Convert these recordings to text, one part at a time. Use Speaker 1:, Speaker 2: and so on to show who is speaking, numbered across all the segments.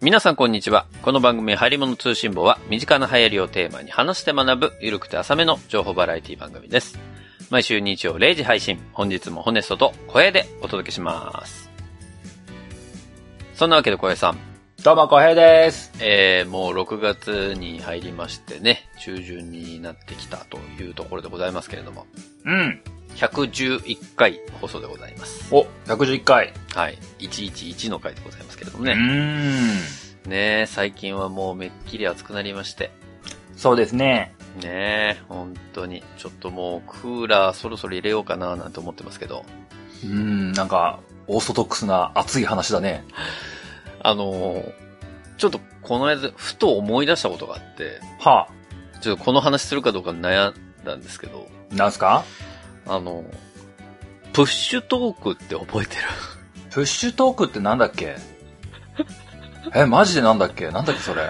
Speaker 1: 皆さんこんにちは。この番組、入り物通信簿は、身近な流行りをテーマに話して学ぶ、ゆるくて浅めの情報バラエティ番組です。毎週日曜0時配信、本日もホネストと小江でお届けします。そんなわけで小江さん、
Speaker 2: どうも、小平です。
Speaker 1: えー、もう6月に入りましてね、中旬になってきたというところでございますけれども、
Speaker 2: うん。
Speaker 1: 111回放送でございます。
Speaker 2: お、111回。
Speaker 1: はい。111の回でございますけれども
Speaker 2: う
Speaker 1: ね。
Speaker 2: ーん。
Speaker 1: ねえ最近はもうめっきり暑くなりまして。
Speaker 2: そうですね。
Speaker 1: ねえ、本当に。ちょっともうクーラーそろそろ入れようかななんて思ってますけど。
Speaker 2: うーん、なんか、オーソドックスな熱い話だね。
Speaker 1: あのーちょっとこの間、ふと思い出したことがあって、
Speaker 2: は
Speaker 1: ちょっとこの話するかどうか悩んだんですけど、
Speaker 2: あ、なんすか
Speaker 1: あのープッシュトークって覚えてる
Speaker 2: プッシュトークってなんだ っけえ、マジでなんだっけなんだっけそれ。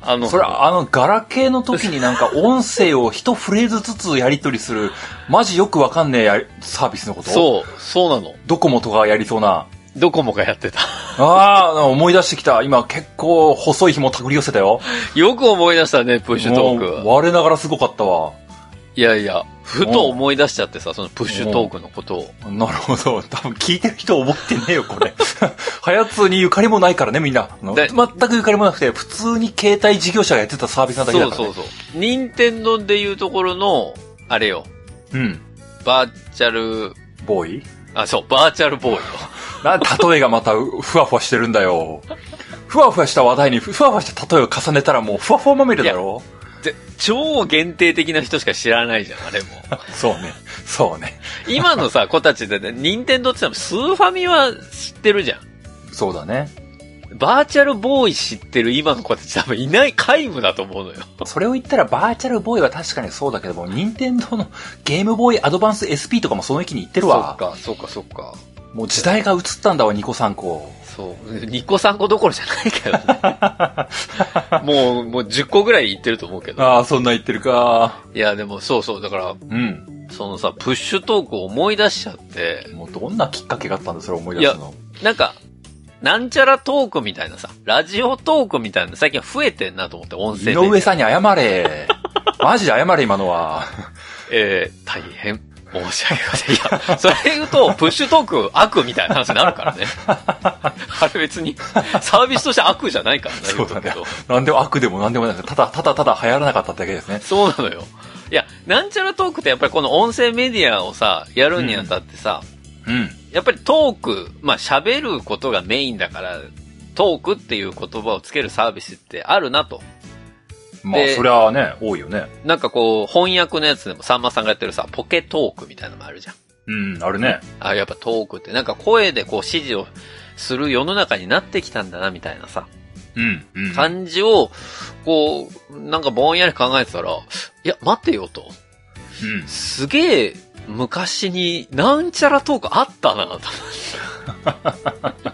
Speaker 1: あの、
Speaker 2: それ、あの、ガラケーの時になんか音声を一フレーズずつやり取りする、マジよくわかんねえやりサービスのことう。
Speaker 1: そう、そうなの。
Speaker 2: ドコモとかやりそうな。
Speaker 1: ドコモがやってた。
Speaker 2: ああ、思い出してきた。今結構細い紐手繰り寄せたよ。
Speaker 1: よく思い出したね、プッシュトークは
Speaker 2: もう我ながらすごかったわ。
Speaker 1: いやいや、ふと思い出しちゃってさ、そのプッシュトークのことを。
Speaker 2: なるほど。多分聞いてる人思ってねえよ、これ。 はやつにゆかりもないからね、みんな。あの
Speaker 1: で
Speaker 2: 全くゆかりもなくて、普通に携帯事業者がやってたサービスなだけ
Speaker 1: そ
Speaker 2: だ
Speaker 1: う
Speaker 2: から、ね。
Speaker 1: そうそう。任天堂でいうところの、あれよ、
Speaker 2: うん。
Speaker 1: バーチャル、
Speaker 2: ボーイ
Speaker 1: あ、そう、バーチャルボーイよ。
Speaker 2: な、例えがまたう、ふわふわしてるんだよ。ふわふわした話題に、ふふわふわした例えを重ねたらもう、ふわふわまみれだろ
Speaker 1: で超限定的な人しか知らないじゃん、あ れも。
Speaker 2: そうね。そうね。
Speaker 1: 今のさ、子たちでね、任天堂って言ってもスーファミは知ってるじゃん。
Speaker 2: そうだね。
Speaker 1: バーチャルボーイ知ってる今の子たち多分いない、皆無だと思うのよ。
Speaker 2: それを言ったら、バーチャルボーイは確かにそうだけども、任天堂のゲームボーイアドバンス SP とかもその域に行ってるわ。
Speaker 1: そっか、そっか、そっか。
Speaker 2: もう時代が移ったんだわ、ニコさんこ。
Speaker 1: そう。2個3個どころじゃないけど ね。もう、もう10個ぐらい言ってると思うけど。
Speaker 2: ああ、そんな言ってるか。
Speaker 1: いや、でもそうそう。だから、
Speaker 2: うん。
Speaker 1: そのさ、プッシュトークを思い出しちゃって、
Speaker 2: もうどんなきっかけがあったんだ、それを思い出すの。
Speaker 1: なんか、なんちゃらトークみたいなさ、ラジオトークみたいな、最近増えてんなと思って、音声
Speaker 2: 井上
Speaker 1: で。
Speaker 2: さんに謝れ。 マジで謝れ、今のは。
Speaker 1: えー、大変申し訳ございません。いや、それ言うと、プッシュトーク悪みたいな話になる からね。あれ別に、サービスとして悪じゃないからな、言うとくけど。
Speaker 2: なんでも悪でもなんでもないです。ただ、ただただ流行らなかっただけですね。
Speaker 1: そうなのよ。いや、なんちゃらトークってやっぱりこの音声メディアをさ、やるにあたってさ、
Speaker 2: うん。
Speaker 1: やっぱりトーク、まあ喋ることがメインだから、トークっていう言葉をつけるサービスってあるなと。
Speaker 2: まあ
Speaker 1: で、
Speaker 2: そりゃあね、多いよね。
Speaker 1: なんかこう、翻訳のやつでもさんまさんがやってるさ、ポケトークみたいなのもあるじゃん。
Speaker 2: うん、あれね。
Speaker 1: あ、やっぱトークってなんか声でこう指示をする世の中になってきたんだなみたいなさ、
Speaker 2: うん、うん。
Speaker 1: 感じを、こう、なんかぼんやり考えてたら、いや、待てよと。
Speaker 2: うん
Speaker 1: すげえ、昔になんちゃらトークあったなと思って。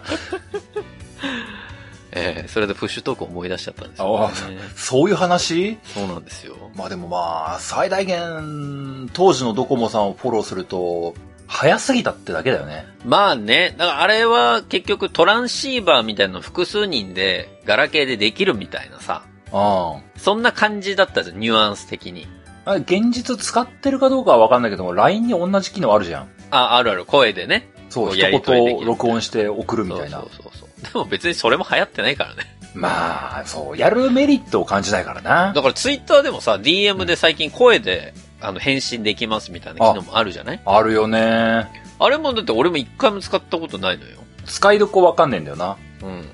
Speaker 1: えー、それでプッシュトークを思い出しちゃったんですよ、ね。
Speaker 2: そういう話
Speaker 1: そうなんですよ。
Speaker 2: まあでもまあ、最大限、当時のドコモさんをフォローすると、早すぎたってだけだよね。
Speaker 1: まあね、だからあれは結局トランシーバーみたいなの複数人でガラケーでできるみたいなさ、
Speaker 2: うん。
Speaker 1: そんな感じだったじゃん、ニュアンス的に。
Speaker 2: あ現実使ってるかどうかはわかんないけども、LINE に同じ機能あるじゃん。
Speaker 1: あ、あるある、声でね。
Speaker 2: そ
Speaker 1: こ
Speaker 2: う、
Speaker 1: う
Speaker 2: 一
Speaker 1: やり取りでき
Speaker 2: 言
Speaker 1: る
Speaker 2: 録音して送るみたいな。
Speaker 1: そうそうそうそう。でも別にそれも流行ってないからね。
Speaker 2: まあ、そう、やるメリットを感じないからな。
Speaker 1: だからツイッターでもさ、DM で最近声で、あの、返信できますみたいな機能もあるじゃない
Speaker 2: あるよね。
Speaker 1: あれもだって俺も一回も使ったことないのよ。
Speaker 2: 使いどこわかんねえんだよな。
Speaker 1: うん。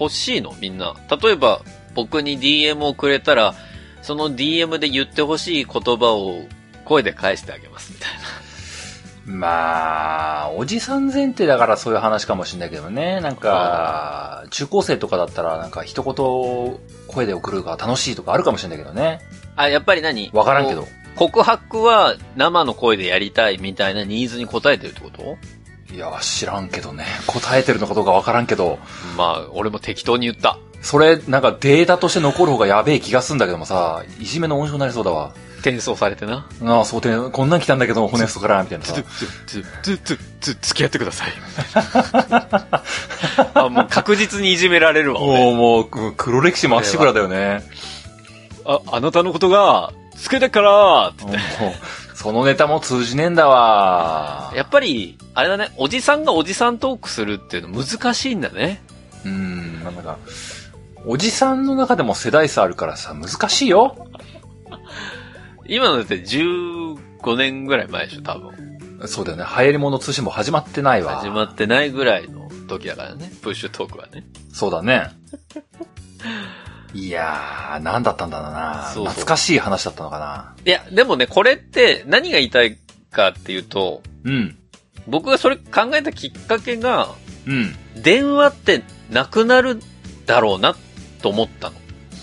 Speaker 1: 欲しいのみんな。例えば、僕に DM をくれたら、その DM で言ってほしい言葉を声で返してあげますみたいな。
Speaker 2: まあ、おじさん前提だからそういう話かもしんないけどね。なんか、中高生とかだったら、なんか一言声で送るが楽しいとかあるかもしんないけどね。
Speaker 1: あ、やっぱり何
Speaker 2: わからんけど。。
Speaker 1: 告白は生の声でやりたいみたいなニーズに応えてるってこと
Speaker 2: いや、知らんけどね。答えてるのかどうかわからんけど、
Speaker 1: まあ、俺も適当に言った。
Speaker 2: それ、なんかデータとして残る方がやべえ気がすんだけどもさ、いじめの温床になりそうだわ。
Speaker 1: 転送されてな。
Speaker 2: ああ、そうて、こんなん来たんだけど、骨太から、みたいなさ。
Speaker 1: つ、つ、つ、つ、付き合ってください。あ、もう確実にいじめられるわ、俺
Speaker 2: おおもうく、黒歴史まっしぐらだ よね。
Speaker 1: あ、あなたのことが、好きだからって
Speaker 2: もうそのネタも通じねえんだわ。
Speaker 1: やっぱり、あれだね、おじさんがおじさんトークするっていうの難しいんだね。
Speaker 2: うん、なんだか、おじさんの中でも世代差あるからさ、難しいよ。
Speaker 1: 今のだって15年ぐらい前でしょ、多分。
Speaker 2: そうだよね。流行り物通信も始まってないわ。
Speaker 1: 始まってないぐらいの時だからね、プッシュトークはね。
Speaker 2: そう だね。いやー、なんだったんだろうな。
Speaker 1: そうそう
Speaker 2: 懐かしい話だったのかな。
Speaker 1: いや、でもね、これって何が言いたいかっていうと、
Speaker 2: うん、
Speaker 1: 僕がそれ考えたきっかけが、
Speaker 2: うん。
Speaker 1: 電話ってなくなるだろうなと思ったの。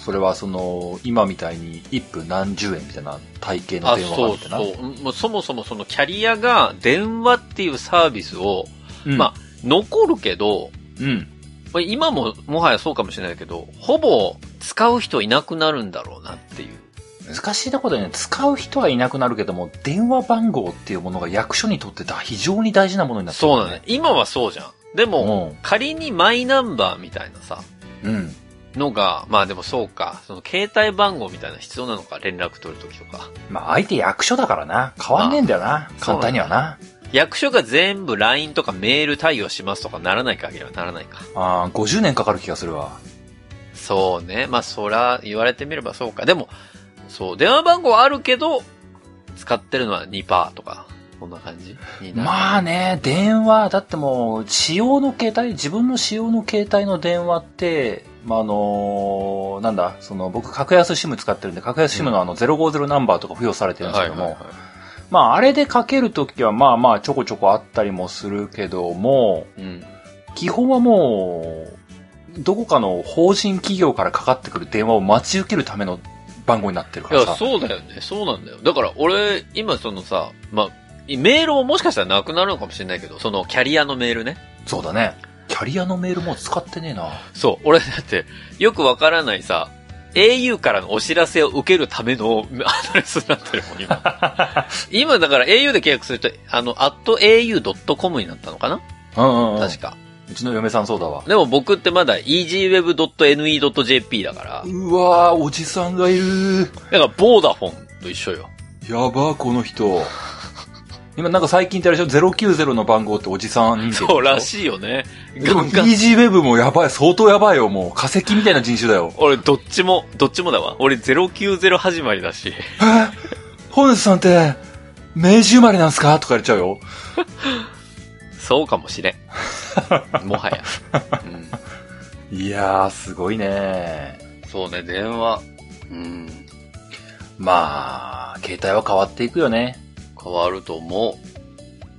Speaker 2: それはその、今みたいに1分何十円みたいな体系の
Speaker 1: あ、
Speaker 2: 電話があ
Speaker 1: そ
Speaker 2: っ
Speaker 1: う
Speaker 2: てな。
Speaker 1: そう。もうそもそもそのキャリアが電話っていうサービスを
Speaker 2: うん
Speaker 1: まあ残るけど、
Speaker 2: うん。
Speaker 1: これ今ももはやそうかもしれないけど、ほぼ使う人いなくなるんだろうなっていう。
Speaker 2: 難しいとこだよね。使う人はいなくなるけども、電話番号っていうものが役所にとってだ非常に大事なものになって
Speaker 1: そうなんだ、
Speaker 2: ね
Speaker 1: ね。。今はそうじゃん。でも、仮にマイナンバーみたいなさ、
Speaker 2: うん。うん。
Speaker 1: のが、まあでもそうか、その携帯番号みたいな必要なのか、連絡取るときとか。
Speaker 2: まあ相手役所だからな。変わんねえんだよな。簡単にはな。
Speaker 1: 役所が全部 LINE とかメール対応しますとかならない限りはならないか。
Speaker 2: ああ、50年かかる気がするわ。
Speaker 1: そうね。まあそら、言われてみればそうか。でも、そう、電話番号はあるけど、使ってるのは2%とか、こんな感じになる。
Speaker 2: まあね、電話、だってもう、使用の携帯、自分の使用の携帯の電話って、まあ、あのなんだ、その、僕、格安 SIM 使ってるんで、格安 SIM のあの、050ナンバーとか付与されてるんです
Speaker 1: は
Speaker 2: け
Speaker 1: い
Speaker 2: ど
Speaker 1: はい
Speaker 2: も、
Speaker 1: はい。
Speaker 2: まあ、あれでかけるときは、まあまあ、ちょこちょこあったりもするけども、
Speaker 1: うん。
Speaker 2: 基本はもう、どこかの法人企業からかかってくる電話を待ち受けるための番号になってる
Speaker 1: い
Speaker 2: から
Speaker 1: や、
Speaker 2: さ。
Speaker 1: そうだよね。そうなんだよ。だから、俺、今そのさ、まあ、メールももしかしたらなくなるのかもしれないけど、そのキャリアのメールね。
Speaker 2: そうだね。キャリアのメールもう使ってねえな。
Speaker 1: そう。俺だって、よくわからないさ、au からのお知らせを受けるためのアドレスになってるもん、今。 今だから au で契約すると、あの、au.com になったのかな
Speaker 2: うんうん、うん。
Speaker 1: 確か。
Speaker 2: うちの嫁さんそうだわ。
Speaker 1: でも僕ってまだ easyweb.ne.jp だから、
Speaker 2: うわー、おじさんがいる。
Speaker 1: だからボーダフォンと一緒よ。
Speaker 2: やばー、この人。今なんか最近ってあれでしょ ?090 の番号っておじさん。
Speaker 1: そうらしいよね。
Speaker 2: で
Speaker 1: ガ
Speaker 2: も
Speaker 1: ンガン
Speaker 2: EasyWeb もやばい、相当やばいよ、もう。化石みたいな人種だよ。
Speaker 1: 俺、どっちも、どっちもだわ。俺、090始まりだし。
Speaker 2: ホネスさんって、明治生まれなんすかとか言っちゃうよ。
Speaker 1: そうかもしれん。 もはや。うん
Speaker 2: いやー、すごいね
Speaker 1: そうね、電話。うん。
Speaker 2: まあ、携帯は変わっていくよね。
Speaker 1: 変わると思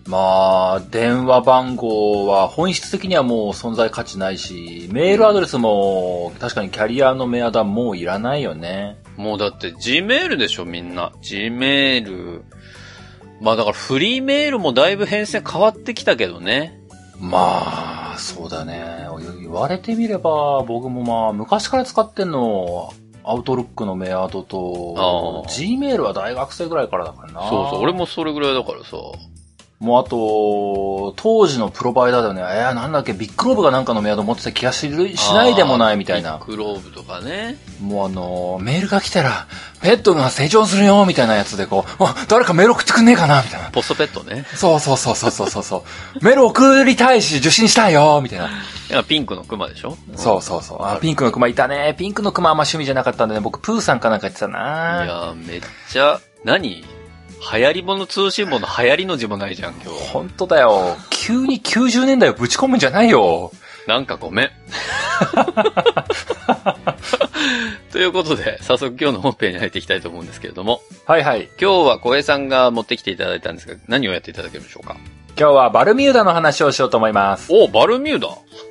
Speaker 2: まあ、電話番号は本質的にはもう存在価値ないし、メールアドレスも確かにキャリアのメアドはもういらないよね。
Speaker 1: う。もうだって、Gmail でしょ、みんな。Gmail。まあだから、フリーメールもだいぶ変遷変わってきたけどね。
Speaker 2: まあ、そうだね。言われてみれば、僕もまあ、昔から使ってんの、アウトロックのメアドと、
Speaker 1: あ
Speaker 2: Gmail は大学生ぐらいからだからな。
Speaker 1: そうそう、俺もそれぐらいだからさ。
Speaker 2: もうあと、当時のプロバイダーだよね。えー、なんだっけ、ビッグローブがなんかのメアド持ってた気がしるしないでもないみたい
Speaker 1: あ
Speaker 2: な
Speaker 1: ー。ビッグローブとかね。
Speaker 2: もうあのーメールが来たら、ペットが成長するよ、みたいなやつでこう、 あ誰かメール送ってくんねえかな、みたいな。
Speaker 1: ポストペットね。
Speaker 2: そうそうそうそうそうそうそう。 メール送りたいし、受信したいよ、みたいな。
Speaker 1: いやピンクのクマでしょ
Speaker 2: そうそうそう。あ、ピンクのクマいたね。ピンクのクマはあんま趣味じゃなかったんでね、僕、プーさんかなんか言ってた
Speaker 1: い
Speaker 2: な
Speaker 1: やー、めっちゃ、何流行り物通信簿の流行りの字もないじゃん、今日。
Speaker 2: 本当だよ。急に90年代をぶち込むんじゃないよ。
Speaker 1: なんかご めん。ということで、早速今日の本編に入っていきたいと思うんですけれども、
Speaker 2: はいはい。
Speaker 1: 今日は小江さんが持ってきていただいたんですが、何をやっていただけるでしょうか
Speaker 2: 今日はバルミューダの話をしようと思います。
Speaker 1: おバルミューダ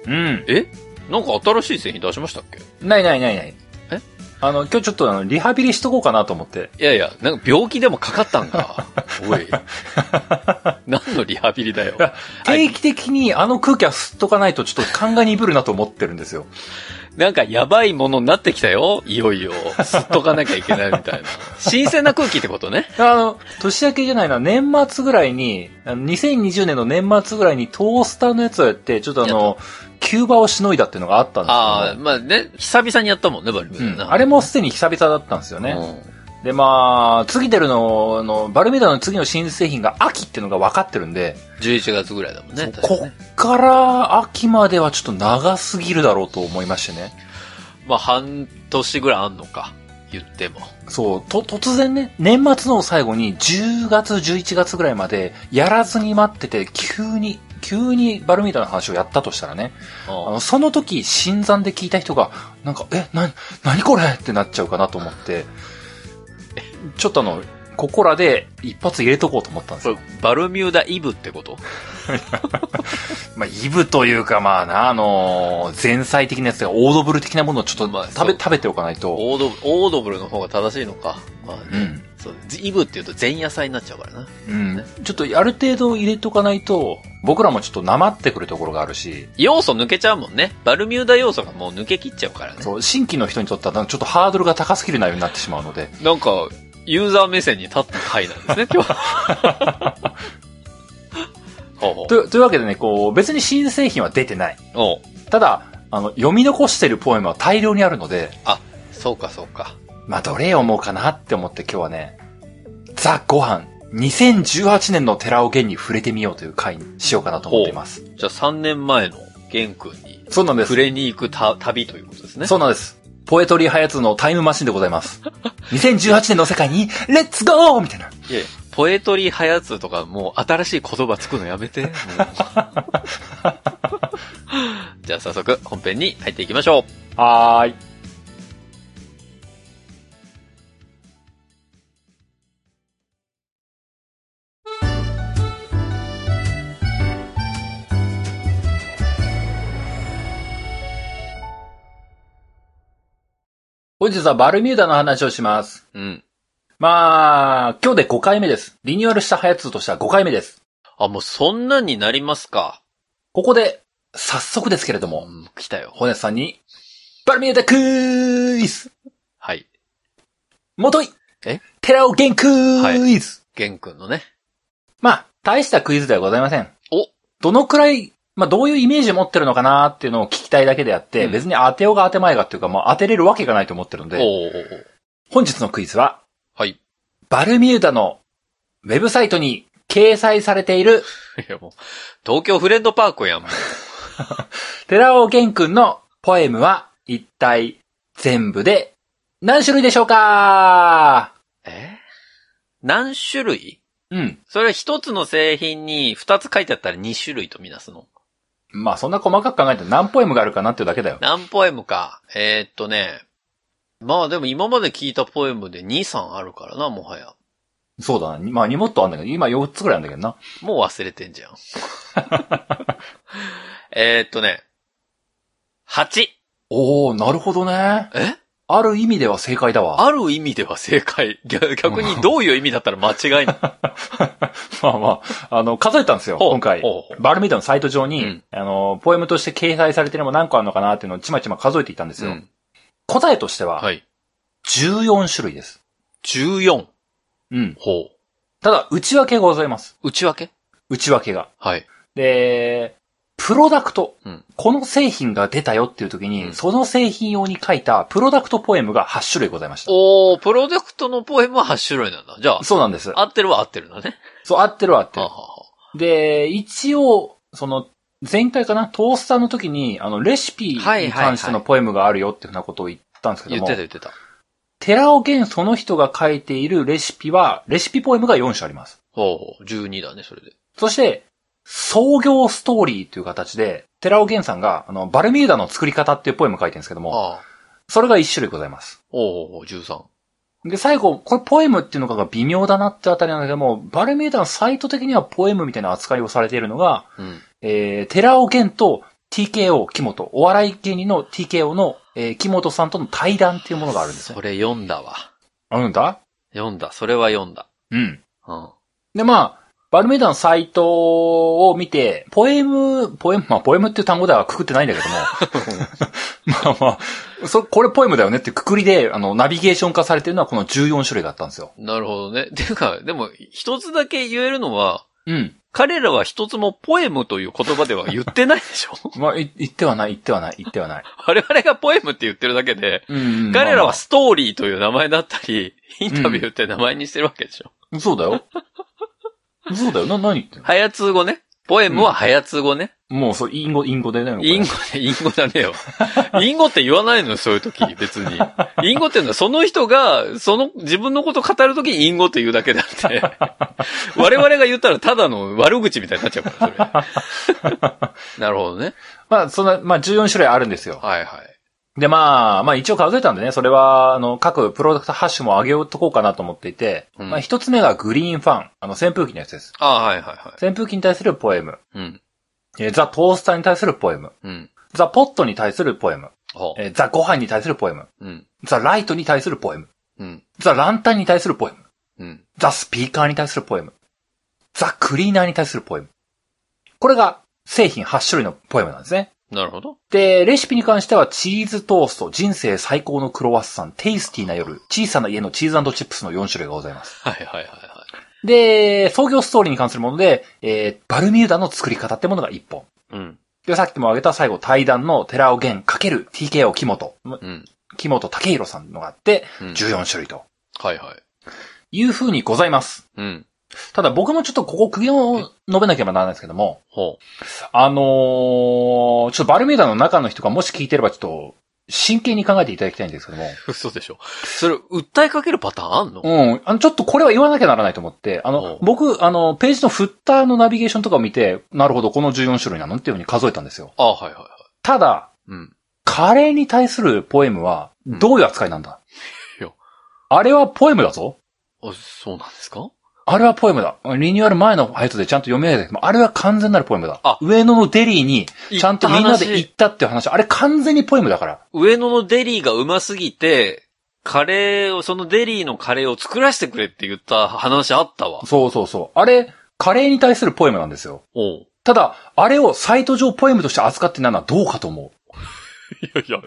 Speaker 2: うん。
Speaker 1: えなんか新しい製品出しましたっけ
Speaker 2: ないないないない。
Speaker 1: え
Speaker 2: あの、今日ちょっとあの、リハビリしとこうかなと思って。
Speaker 1: いやいや、なんか病気でもかかったん か。おい。何のリハビリだよ。
Speaker 2: 定期的にあの空気は吸っとかないとちょっと勘が鈍るなと思ってるんですよ。
Speaker 1: なんかやばいものになってきたよ。いよいよ。吸っとかなきゃいけないみたい な。新鮮な空気ってことね。
Speaker 2: あの、年明けじゃないな、年末ぐらいに、あの2020年の年末ぐらいにトースターのやつをやって、ちょっとあの、キューバをしのいだっていうのがあったん
Speaker 1: ああ、
Speaker 2: で
Speaker 1: まあね、久々にやったもんね、バルミュ
Speaker 2: すけ
Speaker 1: ー
Speaker 2: ど、
Speaker 1: ダ
Speaker 2: うん、あれもすでに久々だったんですよね。で、まあ、次出るの、あの、バルミューダの次の新製品が秋っていうのが分かってるんで、
Speaker 1: 11月ぐらいだもんね。確か
Speaker 2: こ
Speaker 1: にね
Speaker 2: っから秋まではちょっと長すぎるだろうと思いましてね。
Speaker 1: まあ半年ぐらいあんのか。言っても。
Speaker 2: そう、と、突然ね、年末の最後に10月、11月ぐらいまでやらずに待ってて、急に、急にバルミューダの話をやったとしたらね、あ
Speaker 1: うん
Speaker 2: のその時、新参で聞いた人が、なんか、え、な、なにこれってなっちゃうかなと思って、ちょっとあの、ここらで一発入れとこうと思ったんです
Speaker 1: こ
Speaker 2: よ。
Speaker 1: れ、バルミューダイブってこと
Speaker 2: まあ、イブというか、まあな、あのー前菜的なやつが、オードブル的なものをちょっと
Speaker 1: まあ
Speaker 2: 食べ、
Speaker 1: そう
Speaker 2: 食べておかないと。
Speaker 1: オードブオードブルの方が正しいのか。まあ
Speaker 2: う
Speaker 1: ね。
Speaker 2: ん。
Speaker 1: そう。イブって言うと前夜祭になっちゃうからな。
Speaker 2: うん。ちょっと、ある程度入れとかないと、僕らもちょっとなまってくるところがあるし、
Speaker 1: 要素抜けちゃうもんね。バルミューダ要素がもう抜けきっちゃうからね。
Speaker 2: そう、新規の人にとっては、なんかちょっとハードルが高すぎる内容になってしまうので、
Speaker 1: なんか、ユーザー目線に立った回なんですね、今日は。 ほうほう
Speaker 2: とというわけでね、こう、別に新製品は出てない。
Speaker 1: おう
Speaker 2: ただ、あの、読み残してるポエムは大量にあるので、
Speaker 1: そうか、そうか。
Speaker 2: まあ、どれ読もうかなって思って今日はね、ザ・ご飯、2018年の寺尾源に触れてみようという回にしようかなと思っています。
Speaker 1: じゃあ3年前の玄君に
Speaker 2: そうなんです
Speaker 1: 触。れに行くた旅ということですね。
Speaker 2: そうなんです。ポエトリーハヤツのタイムマシンでございます。2018年の世界に、レッツゴーみたいな。
Speaker 1: いやいやポエトリーハヤツとかもう新しい言葉つくのやめて。もう じゃあ早速本編に入っていきましょう。
Speaker 2: はーい。本日はバルミューダの話をします。
Speaker 1: うん。
Speaker 2: まあ、今日で5回目です。リニューアルしたハヤツーとしては5回目です。
Speaker 1: あ、もうそんなになりますか。
Speaker 2: ここで、早速ですけれど
Speaker 1: う
Speaker 2: も、
Speaker 1: ん、来たよ。
Speaker 2: ホネスさんに、バルミューダクイズ
Speaker 1: はい。
Speaker 2: もとい
Speaker 1: え
Speaker 2: 寺尾玄クイズ、
Speaker 1: はい玄君のね。
Speaker 2: まあ、大したクイズではございません。
Speaker 1: お
Speaker 2: どのくらい、まあどういうイメージ持ってるのかなっていうのを聞きたいだけであって、
Speaker 1: うん
Speaker 2: 別に当てようが当てまいがっていうか、もう当てれるわけがないと思ってるの
Speaker 1: お
Speaker 2: で、
Speaker 1: うおうおう
Speaker 2: 本日のクイズは、
Speaker 1: はい。
Speaker 2: バルミューダのウェブサイトに掲載されている
Speaker 1: いやもう、東京フレンドパークやん。もう
Speaker 2: 寺尾玄君のポエムは一体全部で何種類でしょうか
Speaker 1: え何種類
Speaker 2: うん。
Speaker 1: それは一つの製品に二つ書いてあったら二種類とみなすの。
Speaker 2: まあそんな細かく考えて何ポエムがあるかなっていうだけだよ。
Speaker 1: 何ポエムか。えー、っとね。まあでも今まで聞いたポエムで2、3あるからな、もはや。
Speaker 2: そうだな。まあ2もっとあんだけど、今4つぐらいあんだけどな。
Speaker 1: もう忘れてんじゃん。 えーっとね。8。
Speaker 2: おー、なるほどね。
Speaker 1: え
Speaker 2: ある意味では正解だわ。
Speaker 1: ある意味では正解。逆逆にどういう意味だったら間違いない。
Speaker 2: まあまあ、あの、数えたんですよ、
Speaker 1: ほう
Speaker 2: 今回
Speaker 1: ほうほ。う
Speaker 2: バルミューダのサイト上に、
Speaker 1: うん
Speaker 2: あの、ポエムとして掲載されてるのも何個あるのかなっていうのをちまちま数えていたんです
Speaker 1: う
Speaker 2: よ。
Speaker 1: ん。
Speaker 2: 答えとしては、
Speaker 1: はい。
Speaker 2: 14種類です。
Speaker 1: 14。
Speaker 2: うん。
Speaker 1: ほ
Speaker 2: ただ、内訳がございます。
Speaker 1: う。内訳
Speaker 2: 内訳が。
Speaker 1: はい。
Speaker 2: で、プロダクト。
Speaker 1: うん
Speaker 2: この製品が出たよっていう時に、
Speaker 1: うん
Speaker 2: その製品用に書いたプロダクトポエムが8種類ございました。
Speaker 1: おー、プロダクトのポエムは8種類なんだ。じゃあ、
Speaker 2: そうなんです。
Speaker 1: 合ってるは合ってるんだね。
Speaker 2: そう、合ってる合ってる
Speaker 1: は。あはあは
Speaker 2: で、一応、その、前回かな、トースターの時に、あの、レシピに
Speaker 1: はいはいはい
Speaker 2: 関してのポエムがあるよっていうふうなことを言ったんです
Speaker 1: あ
Speaker 2: け
Speaker 1: 言っ
Speaker 2: ども、
Speaker 1: てた言ってた。
Speaker 2: 寺尾源その人が書いているレシピは、レシピポエムが4種あります。
Speaker 1: ほうほう、12だね、それで。
Speaker 2: そして、創業ストーリーという形で、寺尾源さんが、あの、バルミューダの作り方っていうポエムを書いてるんですけども、
Speaker 1: ああ。
Speaker 2: それが1種類ございます。
Speaker 1: ほうほうほう、13。
Speaker 2: で、最後、これポエムっていうのが微妙だなってあたりなんだけども、バルミューダのサイト的にはポエムみたいな扱いをされているのが、
Speaker 1: うん。
Speaker 2: えー、寺尾玄と TKO 木本、お笑い芸人の TKO の、えー木本さんとの対談っていうものがあるんですね。
Speaker 1: それ読んだわ。
Speaker 2: あるんだ
Speaker 1: 読んだ、それは読んだ。
Speaker 2: うん。
Speaker 1: うん。
Speaker 2: で、まあ、バルメイダのサイトを見て、ポエム、ポエム、まあ、ポエムっていう単語ではくくってないんだけども、 まあまあ、そ、これポエムだよねってくくりで、あの、ナビゲーション化されてるのはこの14種類だったんですよ。
Speaker 1: なるほどね。て いうか、でも、一つだけ言えるのは、
Speaker 2: うん。
Speaker 1: 彼らは一つもポエムという言葉では言ってないでしょ
Speaker 2: まあ、い言ってはない、言ってはない、言ってはない。
Speaker 1: 我々がポエムって言ってるだけで、
Speaker 2: うん、うん
Speaker 1: 彼ら
Speaker 2: まあ
Speaker 1: はストーリーという名前だったり、インタビューって名前にしてるわけでしょ。
Speaker 2: まあそうだよ。そうだよ。な、何言ってんの
Speaker 1: ハヤツー語ね。ポエムはハヤツー語ね。
Speaker 2: もう、そう、インゴ、インゴでね。これ
Speaker 1: インゴね、インゴだねえよ。 インゴって言わないのよ、そういう時、別に。インゴっていうのは、その人が、その、自分のこと語る時にインゴって言うだけであ って、我々が言ったらただの悪口みたいになっちゃうから、 それ。なるほどね。
Speaker 2: まあ、そんな、まあ、14種類あるんですよ。
Speaker 1: はいはい。
Speaker 2: で、まあ、まあ一応数えたんでね、それは、あの、各プロダクトハッシュも上げとこうかなと思っていて、
Speaker 1: うん
Speaker 2: まあ一つ目がグリーンファン、あの、扇風機のやつです。
Speaker 1: ああ、はいはいは
Speaker 2: 扇風機に対するポエム、
Speaker 1: い。うん。
Speaker 2: えーザ・トースターに対するポエム、
Speaker 1: うん。
Speaker 2: ザ・ポットに対するポエム、
Speaker 1: ほ
Speaker 2: えーザ・ご飯に対するポエム、
Speaker 1: う。うん。
Speaker 2: ザ・ライトに対するポエム、
Speaker 1: うん。
Speaker 2: ザ・ランタンに対するポエム、
Speaker 1: うん。
Speaker 2: ザ・スピーカーに対するポエム、ザ・クリーナーに対するポエム。これが製品8種類のポエムなんですね。
Speaker 1: なるほど。
Speaker 2: で、レシピに関しては、チーズトースト、人生最高のクロワッサン、テイスティーな夜、小さな家のチーズチップスの4種類がございます。
Speaker 1: はいはいはいは
Speaker 2: で、創業ストーリーに関するもので、えー、バルミューダの作り方ってものが1本。
Speaker 1: い。うん。
Speaker 2: で、さっきも挙げた最後、対談の寺尾玄かける TKO 木本、
Speaker 1: うん。
Speaker 2: 木本武宏さんのがあって、
Speaker 1: うん
Speaker 2: 14種類と
Speaker 1: はいはい。
Speaker 2: いう風にございます。
Speaker 1: うん。
Speaker 2: ただ僕もちょっとここ苦言を述べなければならないですけども、
Speaker 1: ほ
Speaker 2: あのー、ちょっとバルミューダの中の人がもし聞いてればちょっと、真剣に考えていただきたいんですけども、
Speaker 1: う。嘘でしょ。それ、訴えかけるパターンあんの
Speaker 2: うん。あの、ちょっとこれは言わなきゃならないと思って、あ
Speaker 1: うん
Speaker 2: の、僕、あの、ページのフッターのナビゲーションとかを見て、なるほど、この14種類なのっていうふうに数えたんですよ。
Speaker 1: ああ、はいはいはい。
Speaker 2: ただ、
Speaker 1: うん。
Speaker 2: カレーに対するポエムは、
Speaker 1: うん
Speaker 2: どういう扱いなんだ、
Speaker 1: いや
Speaker 2: あれはポエムだぞ
Speaker 1: あ、そうなんですか
Speaker 2: あれはポエムだ。リニューアル前のハイトでちゃんと読めないけど、あれは完全なるポエムだ
Speaker 1: あ。
Speaker 2: 上野のデリーに、ちゃんとみんなで行
Speaker 1: い
Speaker 2: ったっていう話、あれ完全にポエムだから。
Speaker 1: 上野のデリーがうますぎて、カレーを、そのデリーのカレーを作らせてくれって言った話あったわ。
Speaker 2: そうそうそう。あれ、カレーに対するポエムなんですよ。
Speaker 1: おう
Speaker 2: ただ、あれをサイト上ポエムとして扱ってないのはどうかと思う。
Speaker 1: いやいや。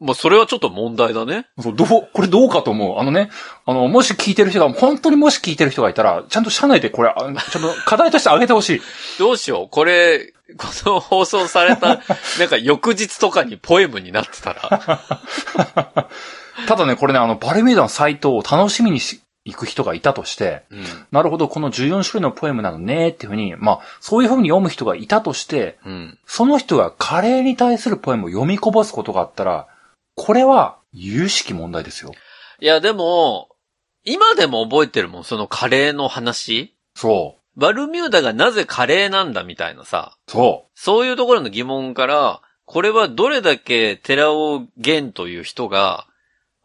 Speaker 1: まあ、それはちょっと問題だね。
Speaker 2: そう、どう、これどうかと思う。あのね、あの、もし聞いてる人が、本当にもし聞いてる人がいたら、ちゃんと社内でこれ、あちゃんと課題として上げてほしい。
Speaker 1: どうしよう。これ、この放送され た、なんか翌日とかにポエムになってたら。
Speaker 2: ただね、これね、あの、バルミューダのサイトを楽しみにし、行く人がいたとして、
Speaker 1: うん。
Speaker 2: なるほど、この14種類のポエムなのね、っていうふうに、まあ、そういうふうに読む人がいたとして、
Speaker 1: うん。
Speaker 2: その人がカレーに対するポエムを読みこぼすことがあったら、これは、有識問題ですよ。
Speaker 1: いや、でも、今でも覚えてるもん、そのカレーの話。
Speaker 2: そ
Speaker 1: バルミューダがなぜカレーなんだみたいなさ。
Speaker 2: う。そ
Speaker 1: そういうところの疑問から、これはどれだけ寺尾玄という人が、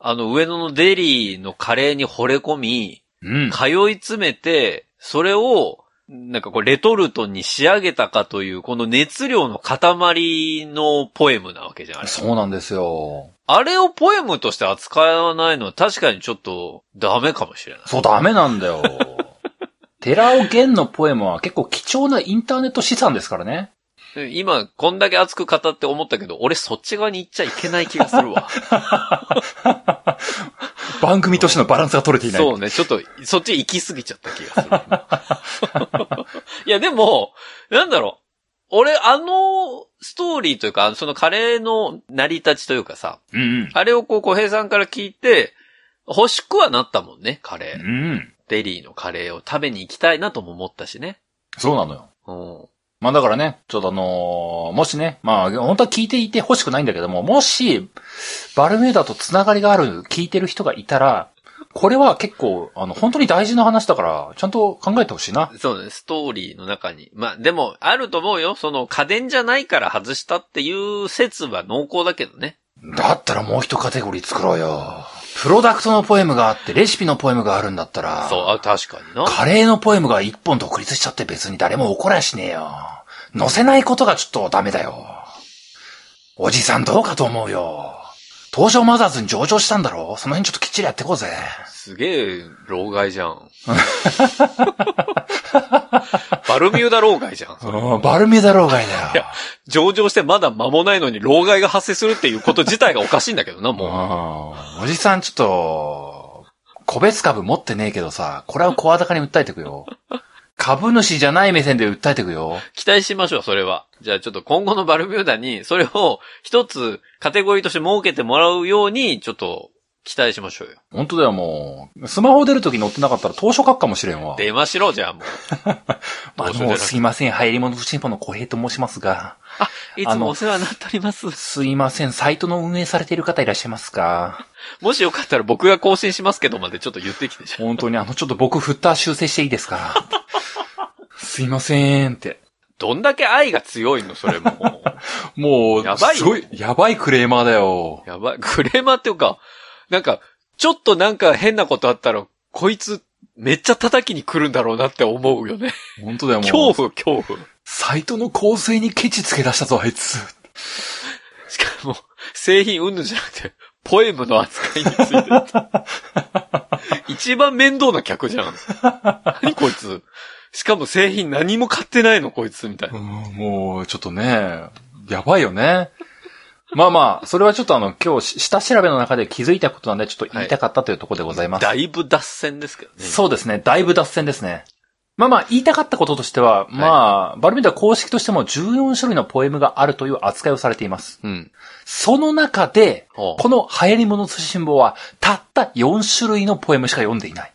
Speaker 1: あの上野のデリーのカレーに惚れ込み、
Speaker 2: う。うん。
Speaker 1: 通い詰めて、それを、なんかこうレトルトに仕上げたかという、この熱量の塊のポエムなわけじゃない
Speaker 2: そうなんですよ。
Speaker 1: あれをポエムとして扱わないのは確かにちょっとダメかもしれない。
Speaker 2: そうダメなんだよ。 寺尾玄のポエムは結構貴重なインターネット資産ですからね。
Speaker 1: で今、こんだけ熱く語って思ったけど、俺そっち側に行っちゃいけない気がするわ。
Speaker 2: 番組としてのバランスが取れていない。
Speaker 1: そうね、ちょっと、そっち行き過ぎちゃった気がする今。 いや、でも、なんだろう。俺、あの、ストーリーというか、そのカレーの成り立ちというかさ、
Speaker 2: うん
Speaker 1: あれをこう、小平さんから聞いて、欲しくはなったもんね、カレ
Speaker 2: うん。
Speaker 1: ー。
Speaker 2: うん。
Speaker 1: デリーのカレーを食べに行きたいなとも思ったしね。
Speaker 2: そうなのよ。
Speaker 1: うん。
Speaker 2: まあだからね、ちょっとあのーもしね、まあ本当は聞いていて欲しくないんだけども、もし、バルミューダとつながりがある、聞いてる人がいたら、これは結構、あの、本当に大事な話だから、ちゃんと考えてほしいな。
Speaker 1: そうね、ストーリーの中に。まあ、でも、あると思うよ。その、家電じゃないから外したっていう説は濃厚だけどね。
Speaker 2: だったらもう一カテゴリー作ろうよ。プロダクトのポエムがあって、レシピのポエムがあるんだったら。
Speaker 1: そう、あ、確かにな。
Speaker 2: カレーのポエムが一本独立しちゃって別に誰も怒らしねえよ。載せないことがちょっとダメだよ。おじさんどうかと思うよ。東証マザーズに上場したんだろその辺ちょっときっちりやってこうぜ。
Speaker 1: すげえ、老害じゃん。バルミューダ老害じゃん。それ
Speaker 2: うん、バルミューダ老害だよ。
Speaker 1: 上場してまだ間もないのに老害が発生するっていうこと自体がおかしいんだけどな、
Speaker 2: う
Speaker 1: も
Speaker 2: んおじさんちょっと、個別株持ってねえけどさ、これは声高に訴えてく よ。株主じゃない目線で訴えてくよ。
Speaker 1: う。期待しましょう、それは。じゃあちょっと今後のバルミューダに、それを一つカテゴリーとして設けてもらうように、ちょっと期待しましょうよ。
Speaker 2: 本当だよ、もう。スマホ出るとき乗ってなかったら当初書くかもしれんわ。
Speaker 1: 電話しろ、じゃあもう。
Speaker 2: あ
Speaker 1: どうしようじ
Speaker 2: の、
Speaker 1: ゃなく
Speaker 2: すい ません、入り物不審法の小平と申しますが。
Speaker 1: いつもお世話になっております。
Speaker 2: すいません、サイトの運営されている方いらっしゃいますか
Speaker 1: もしよかったら僕が更新しますけどまでちょっと言ってきてじゃん。
Speaker 2: 本当にあの、ちょっと僕、フッター修正していいです かすいませんって。
Speaker 1: どんだけ愛が強いの、それもう。
Speaker 2: もう、
Speaker 1: やばいよ
Speaker 2: すごい、やばいクレーマーだよ。
Speaker 1: やばい。 クレーマーっていうか、なんか、ちょっとなんか変なことあったら、こいつ、めっちゃ叩きに来るんだろうなって思うよね。
Speaker 2: 本当だよ、も
Speaker 1: 恐
Speaker 2: う。
Speaker 1: 怖、恐怖。
Speaker 2: サイトの構成にケチつけ出したぞ、あいつ。
Speaker 1: しかも、製品うんぬんじゃなくて、ポエムの扱いについて た。一番面倒な客じゃん。何こいつ。しかも製品何も買ってないの、こいつ、みたいな。
Speaker 2: うんもう、ちょっとね、やばいよね。まあまあ、それはちょっとあの、今日し、下調べの中で気づいたことなんで、ちょっと言いたかったというところでございます。
Speaker 1: だいぶ脱線ですけどね。
Speaker 2: そうですね。だいぶ脱線ですね。まあまあ、言いたかったこととしては、まあ、バルミューダ公式としても14種類のポエムがあるという扱いをされています。
Speaker 1: う。うん。
Speaker 2: その中で、
Speaker 1: ほう
Speaker 2: この流行り物通信簿は、たった4種類のポエムしか読んでいない。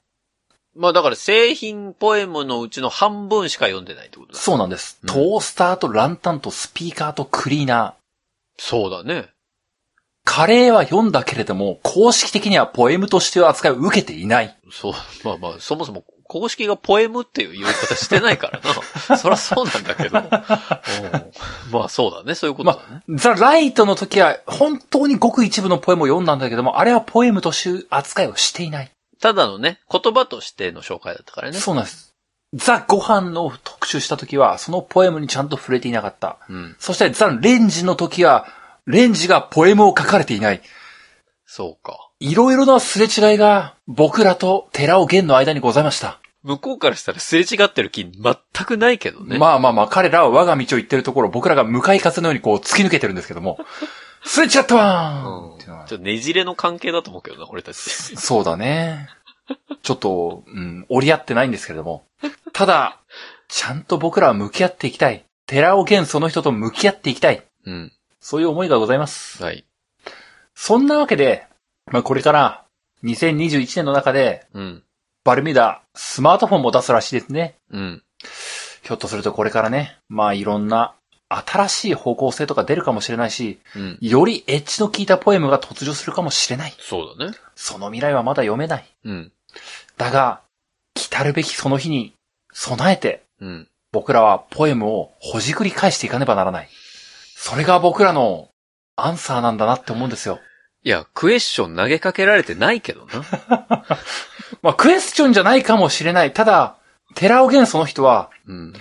Speaker 1: まあだから製品ポエムのうちの半分しか読んでないってことだ。
Speaker 2: そうなんです。
Speaker 1: うん
Speaker 2: トースターとランタンとスピーカーとクリーナー。
Speaker 1: そうだね。
Speaker 2: カレーは読んだけれども、公式的にはポエムとしては扱いを受けていない。
Speaker 1: そう、まあまあ、そもそも公式がポエムっていう言い方してないからな。 そらそうなんだけど。うんまあそうだね、そういうことだね。
Speaker 2: ザ・ライトの時は、本当にごく一部のポエムを読んだんだけども、あれはポエムとして扱いをしていない。
Speaker 1: ただのね、言葉としての紹介だったからね。
Speaker 2: そうなんです。ザ・ご飯を特集した時は、そのポエムにちゃんと触れていなかった。
Speaker 1: うん。
Speaker 2: そしてザ・レンジの時は、レンジがポエムを書かれていない。
Speaker 1: そうか。
Speaker 2: いろいろなすれ違いが、僕らと寺尾玄の間にございました。
Speaker 1: 向こうからしたらすれ違ってる気全くないけどね。
Speaker 2: まあまあまあ、彼らは我が道を行ってるところ、僕らが向かい風のようにこう突き抜けてるんですけども、すれ違ったわー
Speaker 1: う
Speaker 2: ん
Speaker 1: ん
Speaker 2: って
Speaker 1: ち
Speaker 2: いうの
Speaker 1: ょ
Speaker 2: は
Speaker 1: っとねじれの関係だと思うけどな、俺たち。
Speaker 2: そうだね。ちょっと、うん、折り合ってないんですけれども。ただ、ちゃんと僕らは向き合っていきたい。寺尾玄その人と向き合っていきたい。
Speaker 1: うん。
Speaker 2: そういう思いがございます。
Speaker 1: はい。
Speaker 2: そんなわけで、まあこれから、2021年の中で、
Speaker 1: うん。
Speaker 2: バルミューダ、スマートフォンも出すらしいですね。
Speaker 1: うん。
Speaker 2: ひょっとするとこれからね、まあいろんな新しい方向性とか出るかもしれないし、
Speaker 1: うん。
Speaker 2: よりエッジの効いたポエムが突如するかもしれない。
Speaker 1: そうだね。
Speaker 2: その未来はまだ読めない。
Speaker 1: うん。
Speaker 2: だが、来たるべきその日に備えて、
Speaker 1: うん。
Speaker 2: 僕らはポエムをほじくり返していかねばならない。それが僕らのアンサーなんだなって思うんですよ。
Speaker 1: いや、クエスチョン投げかけられてないけどな。
Speaker 2: まあ、クエスチョンじゃないかもしれない。ただ、寺尾玄その人は、
Speaker 1: うん。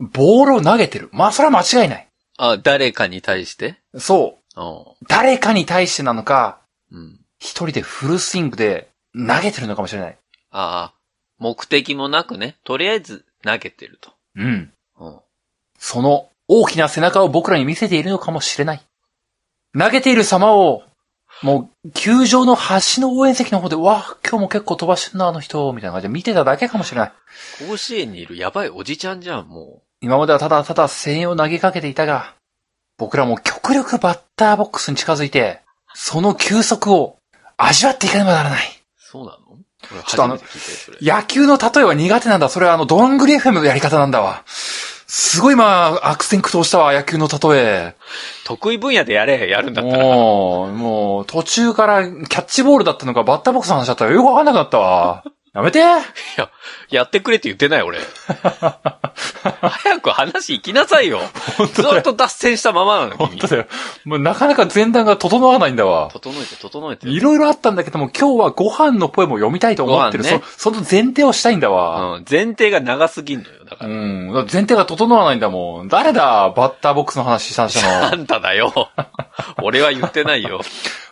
Speaker 2: ボールを投げてる。まあ、それは間違いない。
Speaker 1: あ、誰かに対して
Speaker 2: そう。
Speaker 1: あ
Speaker 2: 誰かに対してなのか、
Speaker 1: うん。
Speaker 2: 一人でフルスイングで投げてるのかもしれない。
Speaker 1: ああ、目的もなくね、とりあえず投げてると。
Speaker 2: うん。
Speaker 1: うん。
Speaker 2: その大きな背中を僕らに見せているのかもしれない。投げている様を、もう、球場の端の応援席の方で、わあ、今日も結構飛ばしてんな、あの人、みたいな感じで見てただけかもしれない。
Speaker 1: 甲子園にいるやばいおじちゃんじゃん、も
Speaker 2: 今まではただただ声援を投げかけていたが、僕らも極力バッターボックスに近づいて、その球速を味わっていかねばならない。
Speaker 1: う。そうなの俺
Speaker 2: ちょっと
Speaker 1: 初
Speaker 2: あの
Speaker 1: めて聞いたよ、それ。
Speaker 2: 野球の例えは苦手なんだ。それはあの、ドングリ FM のやり方なんだわ。すごい今、悪戦苦闘したわ、野球の例え。
Speaker 1: 得意分野でやれ、やるんだったら。
Speaker 2: もう、もう、途中からキャッチボールだったのか、バッターボックスの話だったらよくわかんなくなったわ。やめて
Speaker 1: やってくれって言ってない、 俺。早く話行きなさいよ。ずっと脱線したままなの、
Speaker 2: 本
Speaker 1: 君
Speaker 2: 当。だよ。もうなかなか前段が整わないんだわ。
Speaker 1: 整えて、整えて。
Speaker 2: いろいろあったんだけども、今日はご飯のポエムを読みたいと思ってる。
Speaker 1: ご飯ね
Speaker 2: そその前提をしたいんだわ。
Speaker 1: うん。前提が長すぎんのよ、だ
Speaker 2: う
Speaker 1: から。
Speaker 2: ん。だから前提が整わないんだもん。誰だ、バッターボックスの話したんした
Speaker 1: あ
Speaker 2: の。
Speaker 1: んただよ。俺は言ってないよ。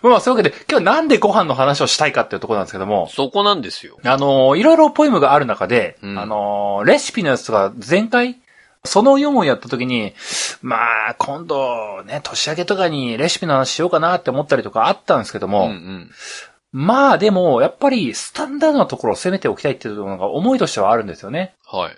Speaker 2: まあ、 そういうわけで、今日なんでご飯の話をしたいかっていうところなんですけども、
Speaker 1: そこなんですよ。
Speaker 2: あのーいろいろポエムがある中で、
Speaker 1: うん
Speaker 2: あのーレシピのやつとか、前回、その4をやった時に、まあ、今度ね、年明けとかにレシピの話しようかなって思ったりとかあったんですけど
Speaker 1: うんう
Speaker 2: も、
Speaker 1: ん。
Speaker 2: まあでも、やっぱりスタンダードなところを攻めておきたいっていうのが思いとしてはあるんですよね。
Speaker 1: はい。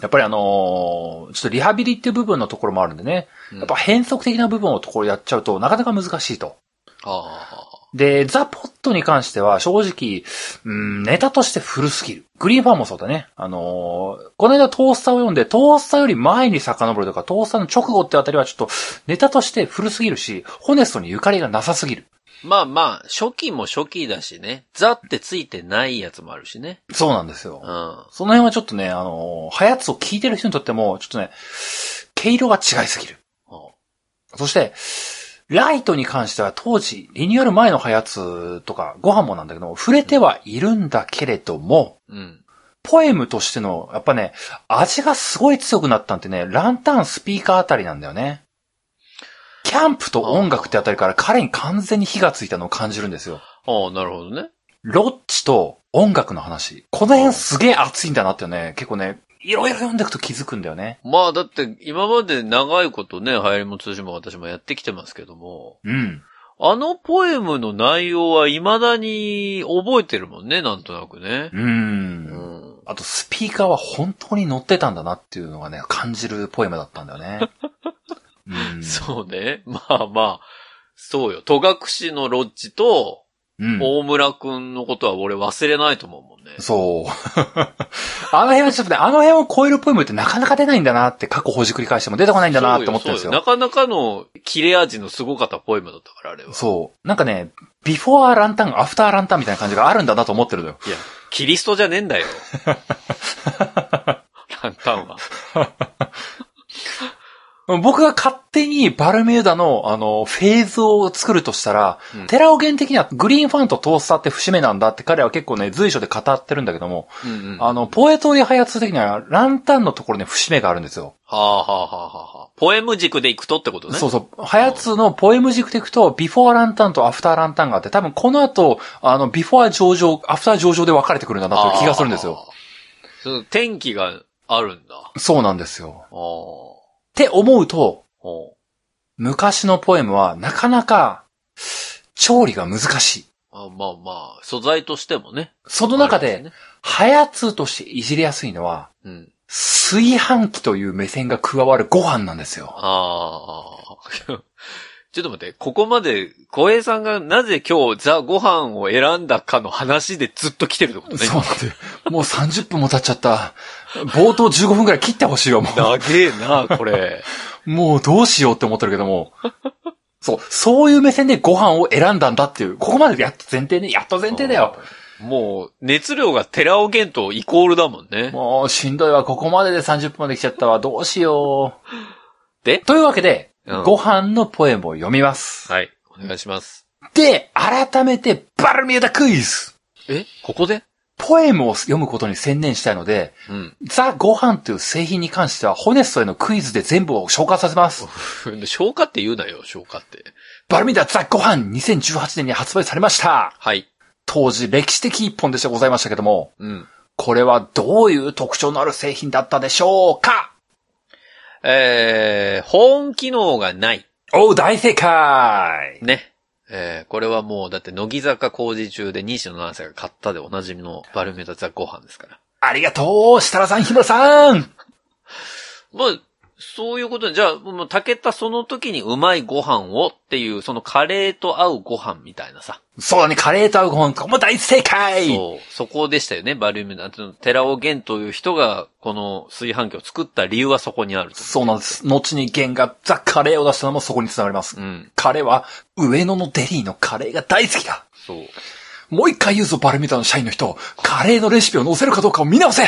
Speaker 2: やっぱりあのーちょっとリハビリっていう部分のところもあるんでね、やっぱ変則的な部分をところやっちゃうとなかなか難しいと。
Speaker 1: ああ
Speaker 2: で、ザ・ポットに関しては正直、うん、ネタとしてフルスキル。グリーンファーもそうだね。あのーこの間トースターを読んで、トースターより前に遡るとか、トースターの直後ってあたりはちょっとネタとして古すぎるし、ホネストにゆかりがなさすぎる。
Speaker 1: まあまあ、初期も初期だしね。ザってついてないやつもあるしね。
Speaker 2: そうなんですよ
Speaker 1: う。ん。
Speaker 2: その辺はちょっとね、あのー、はやつを聞いてる人にとっても、ちょっとね、毛色が違いすぎる。そして、ライトに関しては当時、リニューアル前のはやつとか、ご飯もなんだけども、触れてはいるんだけれども、
Speaker 1: うん。
Speaker 2: ポエムとしての、やっぱね、味がすごい強くなったんってね、ランタンスピーカーあたりなんだよね。キャンプと音楽ってあたりから彼に完全に火がついたのを感じるんですよ。
Speaker 1: ああ、なるほどね。
Speaker 2: ロッチと音楽の話。この辺すげえ熱いんだなってね、結構ね、いろいろ読んでいくと気づくんだよね。
Speaker 1: まあだって、今まで長いことね、流行りも通信も私もやってきてますけども、
Speaker 2: うん。
Speaker 1: あのポエムの内容は未だに覚えてるもんね、なんとなくね
Speaker 2: う。。
Speaker 1: うんん。
Speaker 2: あと、スピーカーは本当に乗ってたんだなっていうのがね、感じるポエムだったんだよね。うん。
Speaker 1: そうね。まあまあ、そうよ。戸隠のロッジと、
Speaker 2: うん
Speaker 1: 大村くんのことは俺忘れないと思うもんね。
Speaker 2: そう。 あの辺はちょっとね、あの辺を超えるポエムってなかなか出ないんだなって過去ほじくり返しても出てこないんだなって思ってるんです
Speaker 1: そう
Speaker 2: よ。
Speaker 1: そうなかなかの切れ味のすごかったポエムだったから、あれは。
Speaker 2: そう。なんかね、ビフォーランタン、アフターランタンみたいな感じがあるんだなと思ってるのよ。
Speaker 1: いや、キリストじゃねえん だよ。ランタンは。
Speaker 2: 僕が勝手にバルミューダの、あの、フェーズを作るとしたら、
Speaker 1: うん
Speaker 2: テラオゲン的にはグリーンファンとトースターって節目なんだって彼は結構ね、随所で語ってるんだけども、
Speaker 1: うんうん。は
Speaker 2: あの、ポエトリー発的にはランタンのところに節目があるんですよ。
Speaker 1: あ、はあはあはあはあ、ポエム軸で行くとってことね。
Speaker 2: そうそう。ハヤツのポエム軸でいくと、ビフォーランタンとアフターランタンがあって、多分この後、あの、ビフォー上場、アフター上場で分かれてくるんだなという気がするんですよ。
Speaker 1: ああ。そう天気があるんだ。あ
Speaker 2: そうなんですよ。
Speaker 1: あ。お
Speaker 2: って思うと、
Speaker 1: う
Speaker 2: 昔のポエムはなかなか、調理が難しい。
Speaker 1: あまあまあ、素材としてもね。
Speaker 2: その中
Speaker 1: あり
Speaker 2: で、
Speaker 1: ますね
Speaker 2: ハヤツとしていじりやすいのは、
Speaker 1: うん。
Speaker 2: 炊飯器という目線が加わるご飯なんですよ。
Speaker 1: ああ。 ちょっと待って、ここまで、小平さんがなぜ今日ザ・ご飯を選んだかの話でずっと来てるってことね。
Speaker 2: そうなんで、もう30分も経っちゃった。冒頭15分くらい切ってほしいよ、もう。
Speaker 1: 長えな、これ。
Speaker 2: もうどうしようって思ってるけども。そう、そういう目線でご飯を選んだんだっていう、ここまでやっと前提ね、やっと前提だよ。
Speaker 1: もう、熱量が寺尾玄とイコールだもんね。
Speaker 2: もうしんどいわ、ここまでで30分まで来ちゃったわ、どうしよう。
Speaker 1: で
Speaker 2: というわけで、
Speaker 1: うん
Speaker 2: ご飯のポエムを読みます。
Speaker 1: はい。お願いします。
Speaker 2: で、改めて、バルミューダクイズ
Speaker 1: えここで
Speaker 2: ポエムを読むことに専念したいので、
Speaker 1: うん。
Speaker 2: ザ・ご飯という製品に関しては、ホネストへのクイズで全部を消化させます。
Speaker 1: 消化って言うなよ、消化って。
Speaker 2: バルミューダザ・ご飯2018年に発売されました。
Speaker 1: はい。
Speaker 2: 当時歴史的一本でしてございましたけども、
Speaker 1: うん。
Speaker 2: これはどういう特徴のある製品だったでしょうか
Speaker 1: えー、保温機能がない。
Speaker 2: おう、大正解
Speaker 1: ね。えー、これはもう、だって、乃木坂工事中で西野七瀬が買ったでおなじみのバルメダザご飯ですから。
Speaker 2: ありがとう設楽さん、日村さん
Speaker 1: まあ、そういうことで、じゃあ、もう、竹田その時にうまいご飯をっていう、そのカレーと合うご飯みたいなさ。
Speaker 2: そうだね、カレーと合うご飯、ここも大正解
Speaker 1: そう、そこでしたよね、バルミューダ。その寺尾玄という人が、この炊飯器を作った理由はそこにあると。
Speaker 2: そうなんです。後にゲンがザ・カレーを出したのもそこにつながります。
Speaker 1: うん、
Speaker 2: 彼は、上野のデリーのカレーが大好きだ
Speaker 1: そう。
Speaker 2: もう一回言うぞ、バルミューダの社員の人カレーのレシピを載せるかどうかを見直せ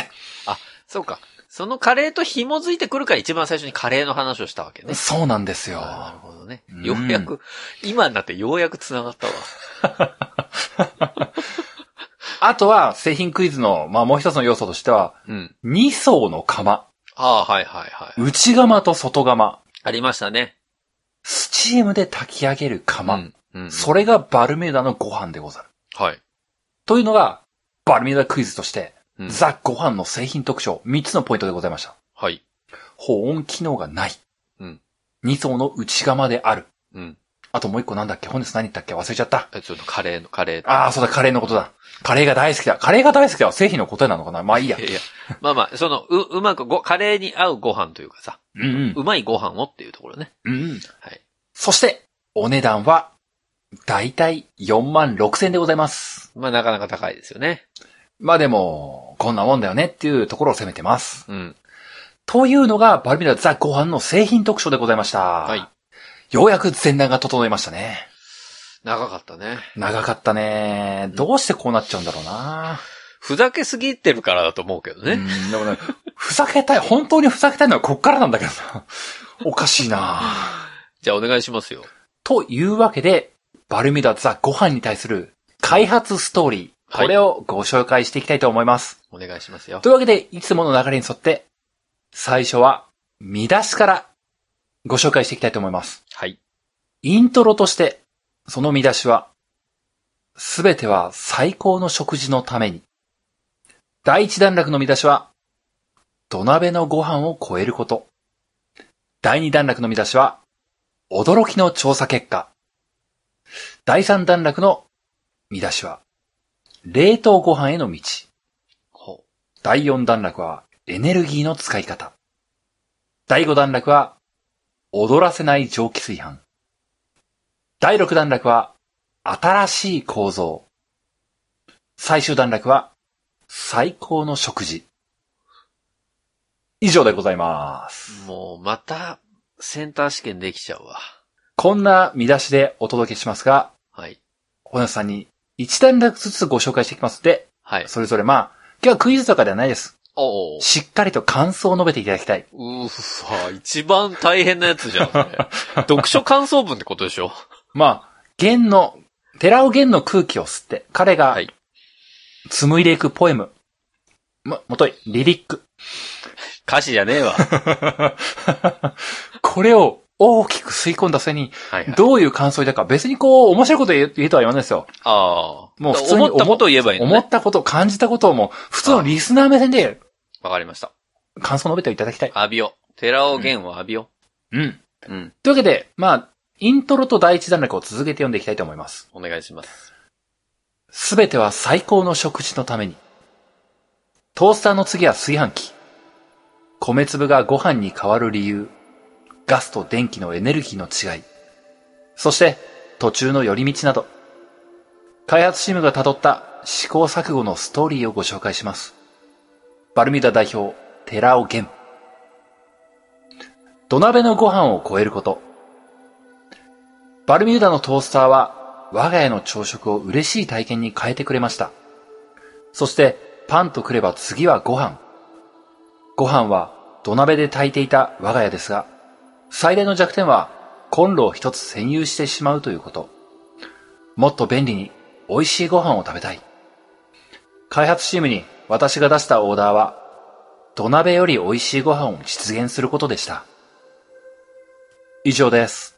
Speaker 1: あ、そうか。そのカレーと紐づいてくるから一番最初にカレーの話をしたわけね。
Speaker 2: そうなんですよ。
Speaker 1: あーなるほどね
Speaker 2: う。ん
Speaker 1: ようやく、今になってようやく繋がったわ。
Speaker 2: あとは、製品クイズの、まあもう一つの要素としては、
Speaker 1: うん。
Speaker 2: 2層の釜。
Speaker 1: ああ、はいはいはい。
Speaker 2: 内釜と外釜。
Speaker 1: ありましたね。
Speaker 2: スチチームで炊き上げる釜。
Speaker 1: うん。うん。
Speaker 2: それがバルミューダのご飯でござる。
Speaker 1: はい。
Speaker 2: というのが、バルミューダクイズとして、
Speaker 1: うん
Speaker 2: ザ・ご飯の製品特徴、3つのポイントでございました。
Speaker 1: はい。
Speaker 2: 保温機能がない。
Speaker 1: うん
Speaker 2: 2層の内釜である。
Speaker 1: うん。
Speaker 2: あともう一個なんだっけ本日何言ったっけ忘れちゃった。
Speaker 1: え、ちょっとカレーの、カレー。
Speaker 2: ああ、そうだ、カレーのことだ。カレーが大好きだ。カレーが大好きだ。製品の答えなのかなまあいいや
Speaker 1: い。やいや。まあまあ、その、う、うまくご、カレーに合うご飯というかさ、
Speaker 2: うんうん。
Speaker 1: うまいご飯をっていうところね。
Speaker 2: うんうん。
Speaker 1: はい。
Speaker 2: そして、お値段は、だいたい4万6千でございます。
Speaker 1: まあなかなか高いですよね。
Speaker 2: まあでも、こんなもんだよねっていうところを攻めてます。
Speaker 1: うん。。
Speaker 2: というのが、バルミューダザ・ご飯の製品特徴でございました。はいようやく前段が整いましたね。
Speaker 1: 長かったね。
Speaker 2: 長かったね。どうしてこうなっちゃうんだろうな。
Speaker 1: ふざけすぎてるからだと思うけど
Speaker 2: う
Speaker 1: ね。
Speaker 2: んでもね、ふざけたい、本当にふざけたいのはこっからなんだけどな。おかしいな。
Speaker 1: じゃあお願いしますよ。
Speaker 2: というわけで、バルミューダザ・ご飯に対する開発ストーリー、
Speaker 1: はい
Speaker 2: これをご紹介していきたいと思います。
Speaker 1: お願いしますよ。
Speaker 2: というわけで、いつもの流れに沿って、最初は、見出しからご紹介していきたいと思います。
Speaker 1: はい。
Speaker 2: イントロとして、その見出しは、すべては最高の食事のために。第一段落の見出しは、土鍋のご飯を超えること。第二段落の見出しは、驚きの調査結果。第三段落の見出しは、冷凍ご飯への道。
Speaker 1: ほ
Speaker 2: 第4段落はエネルギーの使い方。第5段落は踊らせない蒸気炊飯。第6段落は新しい構造。最終段落は最高の食事。以上でございます。
Speaker 1: う。もう、また、センター試験できちゃうわ。
Speaker 2: こんな見出しでお届けしますが、
Speaker 1: はい。
Speaker 2: 本田さんに1段落ずつご紹介していきますので、
Speaker 1: はい。
Speaker 2: それぞれまあ、今日はクイズとかではないです。
Speaker 1: おお。
Speaker 2: しっかりと感想を述べていただきたい。
Speaker 1: うーわ、一番大変なやつじゃん、それ 読書感想文ってことでしょ
Speaker 2: まあ、弦の、寺尾弦の空気を吸って、彼が
Speaker 1: はい、
Speaker 2: 紡いでいくポエム。ま、もとい、リリック。
Speaker 1: 歌詞じゃねえわ。は
Speaker 2: これを大きく吸い込んだせに、
Speaker 1: いはい。
Speaker 2: どういう感想を抱くか、別にこう、面白いこと言え言えとは言わないですよ。
Speaker 1: ああ。
Speaker 2: もう普通に
Speaker 1: 思ったことを言えばいいの
Speaker 2: 思
Speaker 1: ね。
Speaker 2: ったこと、感じたことをもう、普通のリスナー目線で
Speaker 1: わかりました。
Speaker 2: 感想を述べていただきたい。
Speaker 1: 浴びよう。寺尾玄を浴びよ
Speaker 2: うん。
Speaker 1: う。うん。
Speaker 2: というわけで、まあ、イントロと第一段落を続けて読んでいきたいと思います。
Speaker 1: お願いします。
Speaker 2: すべては最高の食事のために。トースターの次は炊飯器。米粒がご飯に変わる理由。ガスと電気のエネルギーの違い。そして、途中の寄り道など。開発チームが辿った試行錯誤のストーリーをご紹介します。バルミューダ代表、寺尾玄。土鍋のご飯を超えること。バルミューダのトースターは我が家の朝食を嬉しい体験に変えてくれました。そしてパンとくれば次はご飯。ご飯は土鍋で炊いていた我が家ですが、最大の弱点はコンロを一つ占有してしまうということ。もっと便利に美味しいご飯を食べたい。開発チームに私が出したオーダーは、土鍋より美味しいご飯を実現することでした。以上です。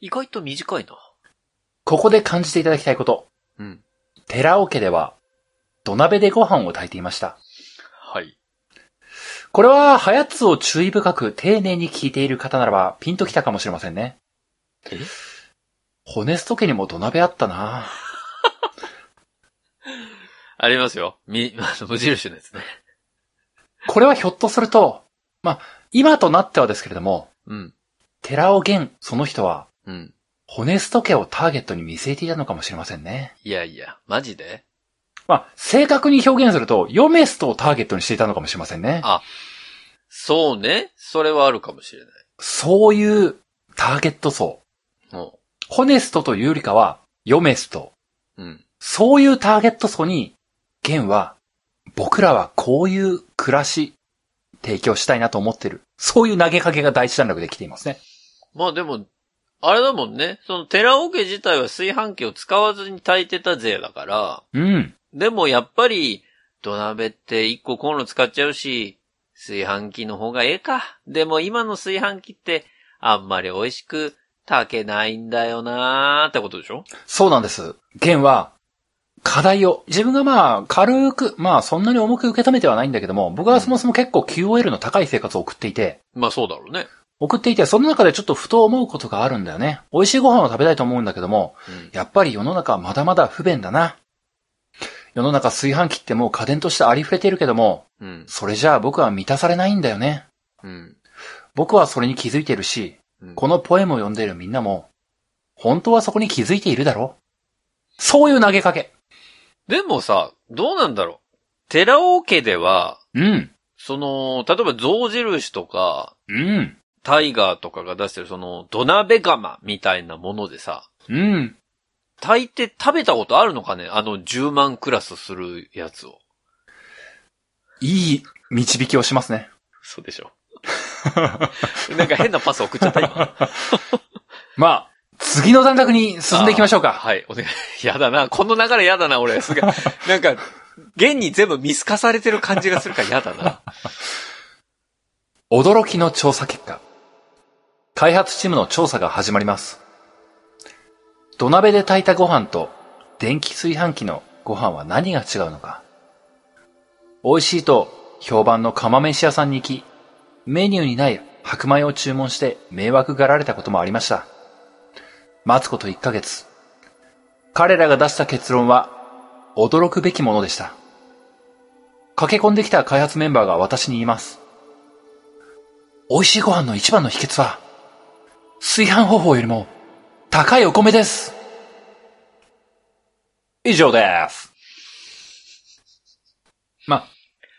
Speaker 1: 意外と短いな。
Speaker 2: ここで感じていただきたいこと。
Speaker 1: うん。
Speaker 2: 寺尾家では、土鍋でご飯を炊いていました。
Speaker 1: はい。
Speaker 2: これは、ハヤツを注意深く丁寧に聞いている方ならば、ピンときたかもしれませんね。
Speaker 1: え
Speaker 2: ホネスト家にも土鍋あったな
Speaker 1: ありますよ。み、 あの、無印のやつね。
Speaker 2: これはひょっとすると、まあ、今となってはですけれども、
Speaker 1: うん。
Speaker 2: 寺尾源、その人は、
Speaker 1: うん。
Speaker 2: ホネスト家をターゲットに見据えていたのかもしれませんね。
Speaker 1: いやいや、マジで
Speaker 2: まあ、正確に表現すると、ヨメストをターゲットにしていたのかもしれませんね
Speaker 1: あ。そうね。それはあるかもしれない。
Speaker 2: そういうターゲット層。
Speaker 1: も
Speaker 2: ホネストというよりかは、ヨメスト。
Speaker 1: う。うん。
Speaker 2: そういうターゲット層に、ゲンは、僕らはこういう暮らし、提供したいなと思ってる。そういう投げかけが第一段落で来ていますね。
Speaker 1: まあでも、あれだもんね。その、寺尾家自体は炊飯器を使わずに炊いてた勢だから、
Speaker 2: うん。
Speaker 1: でもやっぱり、土鍋って一個コンロ使っちゃうし、炊飯器の方がええか。でも今の炊飯器って、あんまり美味しく炊けないんだよなーってことでしょ
Speaker 2: そうなんです。弦は、課題を、自分がまあ、軽く、まあ、そんなに重く受け止めてはないんだけども、僕はそもそも結構 QOL の高い生活を送っていて、
Speaker 1: まあそうだろうね。
Speaker 2: 送っていて、その中でちょっとふと思うことがあるんだよね。美味しいご飯を食べたいと思うんだけども、
Speaker 1: うん
Speaker 2: やっぱり世の中はまだまだ不便だな。世の中炊飯器ってもう家電としてありふれているけども、
Speaker 1: うん。
Speaker 2: それじゃあ僕は満たされないんだよね。
Speaker 1: うん。
Speaker 2: 僕はそれに気づいているし、
Speaker 1: うん
Speaker 2: このポエムを読んでいるみんなも、本当はそこに気づいているだろうそういう投げかけ。
Speaker 1: でもさ、どうなんだろう。寺尾家では、
Speaker 2: うん。
Speaker 1: その、例えば象印とか、
Speaker 2: うん。
Speaker 1: タイガーとかが出してるその、土鍋釜みたいなものでさ、
Speaker 2: うん。
Speaker 1: 炊いて食べたことあるのかねあの10万クラスするやつを。
Speaker 2: いい導きをしますね。
Speaker 1: そうでしょ。 なんか変なパス送っちゃった 今。
Speaker 2: まあ、次の段落に進んでいきましょう
Speaker 1: あー
Speaker 2: か。
Speaker 1: はい、お願い。やだな。この流れやだな、俺。すげえなんか、現に全部見透かされてる感じがするからやだ な。
Speaker 2: 驚きの調査結果。開発チームの調査が始まります。土鍋で炊いたご飯と電気炊飯器のご飯は何が違うのか。美味しいと評判の釜飯屋さんに行き、メニューにない白米を注文して迷惑がられたこともありました。待つこと1ヶ月。彼らが出した結論は驚くべきものでした。駆け込んできた開発メンバーが私に言います。美味しいご飯の一番の秘訣は、炊飯方法よりも高いお米です。以上です。まあ、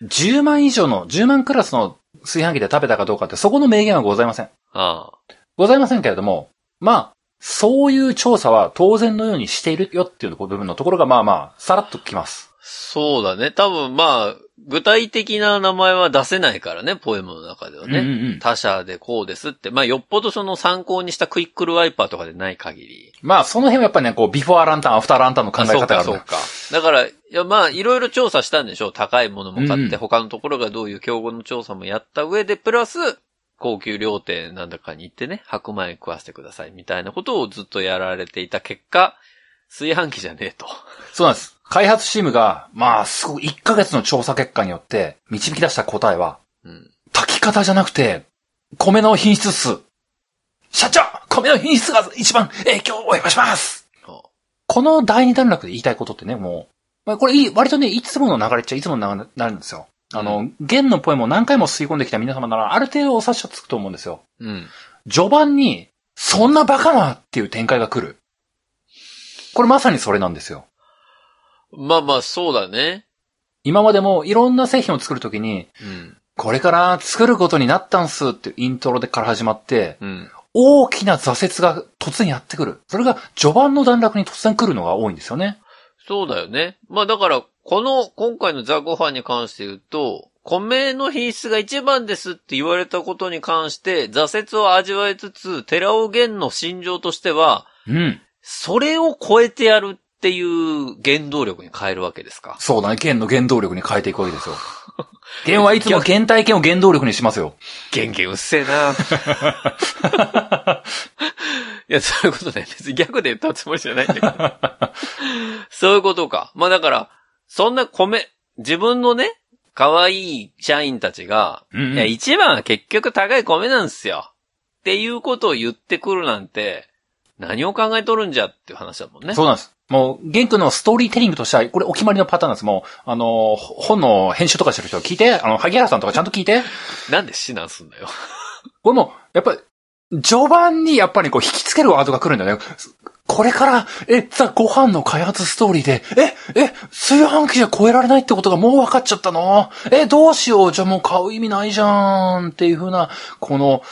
Speaker 2: 10万以上の、10万クラスの炊飯器で食べたかどうかってそこの明言はございません。
Speaker 1: ああ。
Speaker 2: ございませんけれども、まあ、そういう調査は当然のようにしているよっていう部分のところがまあまあ、さらっときます。
Speaker 1: そうだね。多分まあ、具体的な名前は出せないからね、ポエムの中ではね。
Speaker 2: うんうんうん
Speaker 1: 他社でこうですって。まあ、よっぽどその参考にしたクイックルワイパーとかでない限り。
Speaker 2: まあ、その辺はやっぱりね、こう、ビフォーランタン、アフターランタンの考え
Speaker 1: あそ
Speaker 2: 方
Speaker 1: う
Speaker 2: があ
Speaker 1: か、そ
Speaker 2: る
Speaker 1: う
Speaker 2: ね
Speaker 1: か。だから、いやまあ、いろいろ調査したんでしょう。高いものも買
Speaker 2: う
Speaker 1: っ
Speaker 2: んう
Speaker 1: て、
Speaker 2: ん
Speaker 1: 他のところがどういう競合の調査もやった上で、プラス、高級料亭なんだかに行ってね、白米食わせてくださいみたいなことをずっとやられていた結果、炊飯器じゃねえと。
Speaker 2: そうなんです。開発チームが、まあ、すごい1ヶ月の調査結果によって、導き出した答えは、
Speaker 1: うん。
Speaker 2: 炊き方じゃなくて、米の品質数。社長米の品質が一番影響を及ぼします
Speaker 1: あ
Speaker 2: この第二段落で言いたいことってね、もう、まあ、これいい、割とね、いつもの流れっちゃいつもの流れになるんですよ。あ
Speaker 1: う
Speaker 2: の、弦のポエムを何回も吸い込んできた皆様なら、ある程度お察しはつくと思うんですよ。
Speaker 1: うん。
Speaker 2: 序盤に、そんなバカなっていう展開が来る。これまさにそれなんですよ。
Speaker 1: まあまあ、そうだね。
Speaker 2: 今までもいろんな製品を作るときに、
Speaker 1: うん。
Speaker 2: これから作ることになったんすっていうイントロでから始まって、
Speaker 1: うん。
Speaker 2: 大きな挫折が突然やってくる。それが序盤の段落に突然来るのが多いんですよね。
Speaker 1: そうだよね。まあだから、この、今回のザ・ゴハンに関して言うと、米の品質が一番ですって言われたことに関して、挫折を味わいつつ、寺尾源の心情としては、
Speaker 2: うん。
Speaker 1: それを超えてやるっていう原動力に変えるわけですか。
Speaker 2: そうだね。弦の原動力に変えていくわけ ですよ。弦はいつも原体験を原動力にしますよ。
Speaker 1: 元気うっせえ ないや、そういうことね。別に逆で言ったつもりじゃないんだけど。そういうことか。まあだから、そんな米、自分のね、可愛い社員たちが、
Speaker 2: うんうん
Speaker 1: いや、一番は結局高い米なんですよ。っていうことを言ってくるなんて、何を考えとるんじゃっていう話だもんね。
Speaker 2: そうなんです。もう、玄君のストーリーテリングとしては、これお決まりのパターンなんです。もう、あの、本の編集とかしてる人聞いて、あの、萩原さんとかちゃんと聞いて。
Speaker 1: なんで指南すんだよ。
Speaker 2: これも、やっぱり、序盤にやっぱりこう引きつけるワードが来るんだよね。これから、え、ザ・ご飯の開発ストーリーで、え、え、炊飯器じゃ超えられないってことがもう分かっちゃったのえ、どうしようじゃあもう買う意味ないじゃんっていう風な、この、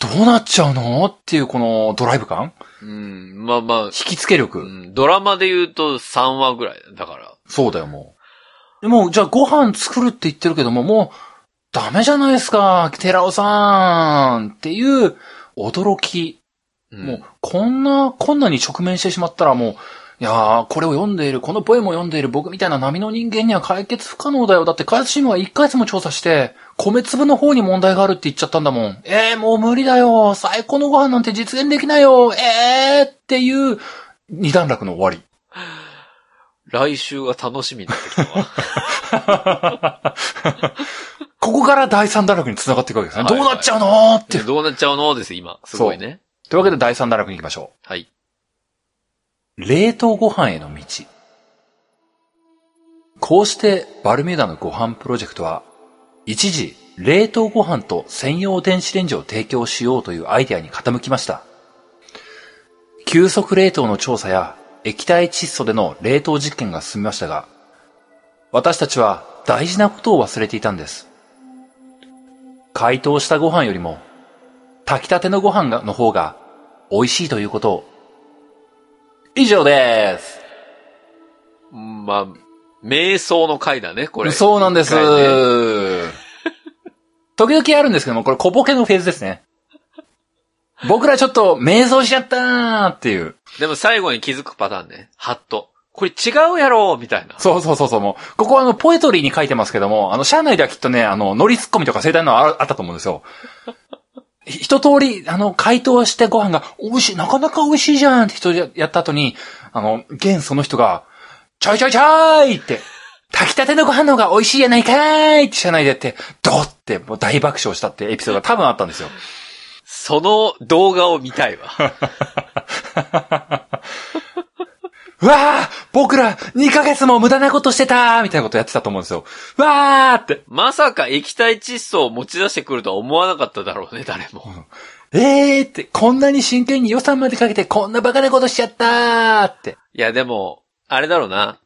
Speaker 2: どうなっちゃうのっていうこのドライブ感
Speaker 1: うん、まあまあ、
Speaker 2: 引きつけ力、
Speaker 1: うんドラマで言うと3話ぐらいだから。
Speaker 2: そうだよもう。でも、じゃあご飯作るって言ってるけども、もう、ダメじゃないですか、寺尾さんっていう、驚き
Speaker 1: うん
Speaker 2: もう、こんな困難に直面してしまったらもう、いやー、これを読んでいる、このポエムを読んでいる僕みたいな波の人間には解決不可能だよ。だって、開発チームは一回月も調査して、米粒の方に問題があるって言っちゃったんだもん。えー、もう無理だよ。最高のご飯なんて実現できないよ。えーっていう、二段落の終わり。
Speaker 1: 来週が楽しみになってきたわ。
Speaker 2: ここから第三段落に繋がっていくわけですね。
Speaker 1: はいはい
Speaker 2: どうなっちゃうのーって。
Speaker 1: どうなっちゃうのです、今。すごいね。
Speaker 2: というわけで第三段落に行きましょ
Speaker 1: はい。
Speaker 2: う。冷凍ご飯への道。こうしてバルミューダのご飯プロジェクトは、一時、冷凍ご飯と専用電子レンジを提供しようというアイデアに傾きました。急速冷凍の調査や液体窒素での冷凍実験が進みましたが、私たちは大事なことを忘れていたんです。解凍したご飯よりも、炊きたてのご飯がの方が美味しいということを。以上です。
Speaker 1: うんまあ、瞑想の回だね、これ。
Speaker 2: そうなんです
Speaker 1: 一回ね。
Speaker 2: 時々あるんですけども、これ小ボケのフェーズですね。僕らちょっと瞑想しちゃったーっていう。
Speaker 1: でも最後に気づくパターンね。ハッと。これ違うやろみたいな。
Speaker 2: そうそうそうそう、もう。ここはあの、ポエトリーに書いてますけども、あの、社内ではきっとね、あの、ノリツッコミとか生態のああったと思うんですよ。ひ一通り、あの、解凍してご飯が、美味しい、なかなか美味しいじゃんって人ややった後に、あの、現その人が、ちょいちょいちょいって、炊きたてのご飯の方が美味しいやないかーいって社内でやって、ドッってもう大爆笑したってエピソードが多分あったんですよ。
Speaker 1: その動画を見たいわ。
Speaker 2: う わー僕ら2ヶ月も無駄なことしてたーみたいなことやってたと思うんですよ。うわーって。
Speaker 1: まさか液体窒素を持ち出してくるとは思わなかっただろうね、誰も。
Speaker 2: ええー、って、こんなに真剣に予算までかけてこんなバカなことしちゃったーって。
Speaker 1: いや、でも、あれだろうな。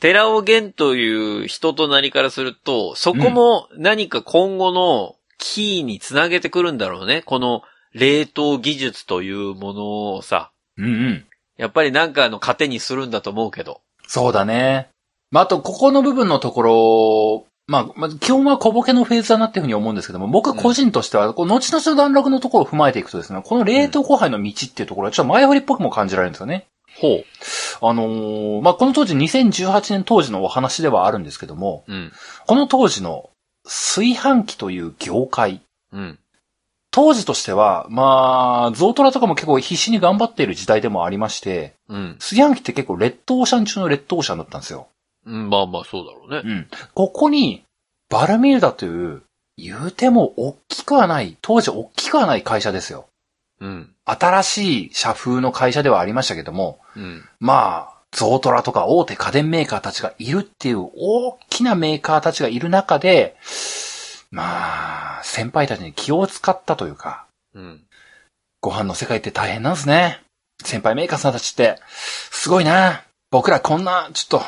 Speaker 1: 寺尾玄という人となりからすると、そこも何か今後のキーにつなげてくるんだろうね。この冷凍技術というものをさ、
Speaker 2: うんうん。
Speaker 1: やっぱりなんかの糧にするんだと思うけど。
Speaker 2: そうだね。まあ、あと、ここの部分のところ、まあ、まあ、基本は小ボケのフェーズだなっていうふうに思うんですけども、僕個人としては、こう後々の段落のところを踏まえていくとですね、この冷凍後輩の道っていうところは、ちょっと前振りっぽくも感じられるんですよね。
Speaker 1: ほ
Speaker 2: あのーまあ、この当時2018年当時のお話ではあるんですけども、
Speaker 1: う。うん。
Speaker 2: この当時の炊飯器という業界、
Speaker 1: うん。
Speaker 2: 当時としては、まあ、ゾウトラとかも結構必死に頑張っている時代でもありまして、
Speaker 1: うん。
Speaker 2: 炊飯器って結構レッドオーシャン中のレッドオーシャンだったんですよ。
Speaker 1: うん、まあまあ、そうだろうね。
Speaker 2: うん。ここに、バルミューダという、言うても大きくはない、当時大きくはない会社ですよ。
Speaker 1: うん。
Speaker 2: 新しい社風の会社ではありましたけども、
Speaker 1: うん。
Speaker 2: まあ、ゾウトラとか大手家電メーカーたちがいるっていう大きなメーカーたちがいる中で、まあ、先輩たちに気を使ったというか、
Speaker 1: うん。
Speaker 2: ご飯の世界って大変なんですね。先輩メーカーさんたちって、すごいな。僕らこんな、ちょっと、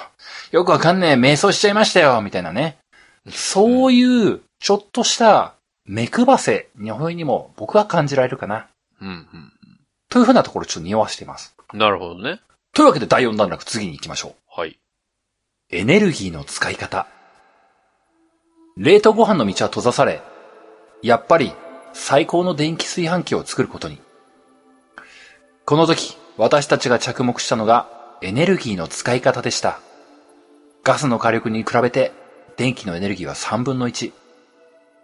Speaker 2: よくわかんねえ瞑想しちゃいましたよ、みたいなね。そういう、ちょっとした、目くばせ、日本にも僕は感じられるかな。
Speaker 1: うん。うん。
Speaker 2: というふうなところをちょっと匂わしています。
Speaker 1: なるほどね。
Speaker 2: というわけで第4段落、次に行きましょう。
Speaker 1: はい。
Speaker 2: エネルギーの使い方。冷凍ご飯の道は閉ざされ、やっぱり最高の電気炊飯器を作ることに。この時、私たちが着目したのがエネルギーの使い方でした。ガスの火力に比べて電気のエネルギーは3分の1。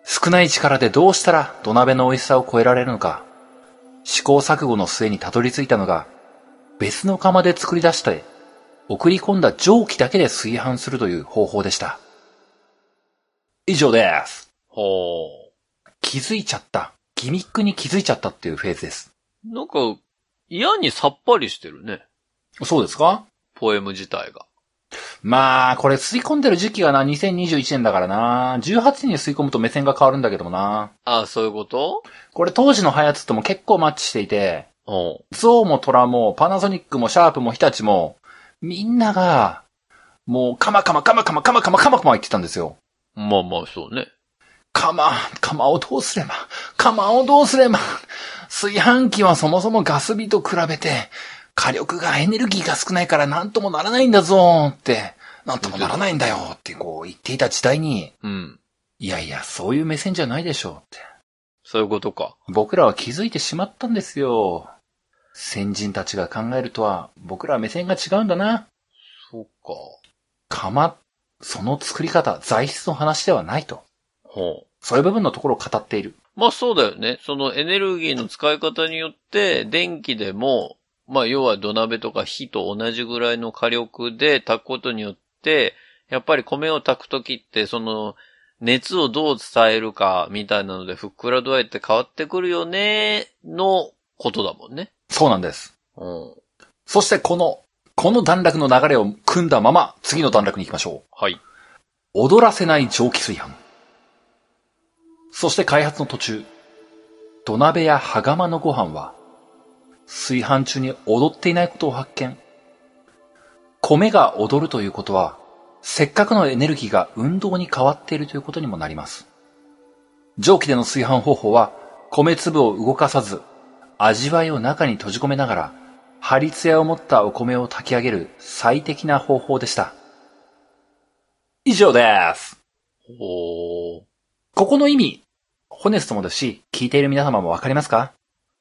Speaker 2: 少ない力でどうしたら土鍋の美味しさを超えられるのか。試行錯誤の末にたどり着いたのが、別の釜で作り出して送り込んだ蒸気だけで炊飯するという方法でした。以上です。
Speaker 1: ほう。
Speaker 2: 気づいちゃった。ギミックに気づいちゃったっていうフェーズです。
Speaker 1: なんか、嫌にさっぱりしてるね。
Speaker 2: そうですか
Speaker 1: ポエム自体が。
Speaker 2: まあ、これ吸い込んでる時期がな、2021年だからな。18年に吸い込むと目線が変わるんだけどもな。
Speaker 1: ああ、そういうこと
Speaker 2: これ当時のハヤツとも結構マッチしていて、
Speaker 1: おう
Speaker 2: ゾウもトラもパナソニックもシャープもヒタチも、みんなが、もうカマカマカマカマカマカマカマカマ言ってたんですよ。
Speaker 1: まあまあ、そうね。
Speaker 2: 釜、釜をどうすれば、釜をどうすれば、炊飯器はそもそもガス火と比べて、火力がエネルギーが少ないからなんともならないんだぞーって、なんともならないんだよってこう言っていた時代に、
Speaker 1: うん。
Speaker 2: いやいや、そういう目線じゃないでしょうって。
Speaker 1: そういうことか。
Speaker 2: 僕らは気づいてしまったんですよ。先人たちが考えるとは、僕らは目線が違うんだな。
Speaker 1: そうか。
Speaker 2: 釜、その作り方、材質の話ではないと。
Speaker 1: ほ
Speaker 2: そういう部分のところを語っている。
Speaker 1: う。まあそうだよね。そのエネルギーの使い方によって、電気でも、まあ要は土鍋とか火と同じぐらいの火力で炊くことによって、やっぱり米を炊くときって、その、熱をどう伝えるかみたいなので、ふっくら度合いって変わってくるよね、のことだもんね。
Speaker 2: そうなんです。
Speaker 1: うん。
Speaker 2: そしてこの、この段落の流れを組んだまま、次の段落に行きましょう。
Speaker 1: はい。
Speaker 2: 踊らせない蒸気炊飯。そして開発の途中、土鍋や羽釜のご飯は、炊飯中に踊っていないことを発見。米が踊るということは、せっかくのエネルギーが運動に変わっているということにもなります。蒸気での炊飯方法は、米粒を動かさず、味わいを中に閉じ込めながら、張り艶を持ったお米を炊き上げる最適な方法でした。以上です。
Speaker 1: おー。
Speaker 2: ここの意味、ホネストもですし、聞いている皆様もわかりますか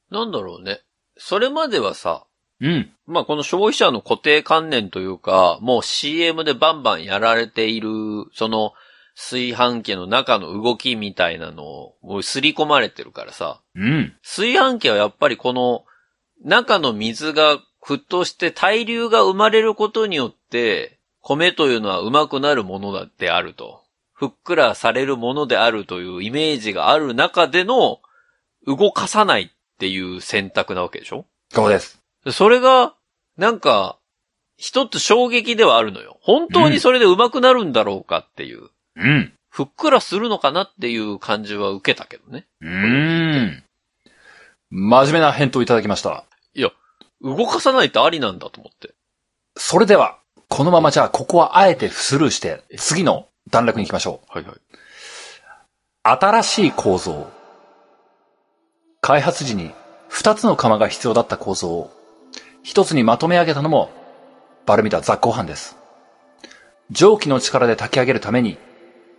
Speaker 1: なんだろうね。それまではさ、
Speaker 2: うん。
Speaker 1: まあこの消費者の固定観念というか、もう CM でバンバンやられている、その炊飯器の中の動きみたいなのを、もう刷り込まれてるからさ、
Speaker 2: うん。
Speaker 1: 炊飯器はやっぱりこの中の水が沸騰して対流が生まれることによって、米というのはうまくなるものだってあると。ふっくらされるものであるというイメージがある中での動かさないっていう選択なわけでしょ
Speaker 2: そうです。
Speaker 1: それが、なんか、一つ衝撃ではあるのよ。本当にそれで上手くなるんだろうかっていう。
Speaker 2: うん。
Speaker 1: ふっくらするのかなっていう感じは受けたけどね。
Speaker 2: うーん。真面目な返答をいただきました。
Speaker 1: 動かさないとありなんだと思って。
Speaker 2: それでは、このままじゃあ、ここはあえてスルーして、次の段落に行きましょう。
Speaker 1: はいはい。
Speaker 2: 新しい構造。開発時に2つの釜が必要だった構造を1つにまとめ上げたのもバルミダ雑行班です。蒸気の力で炊き上げるために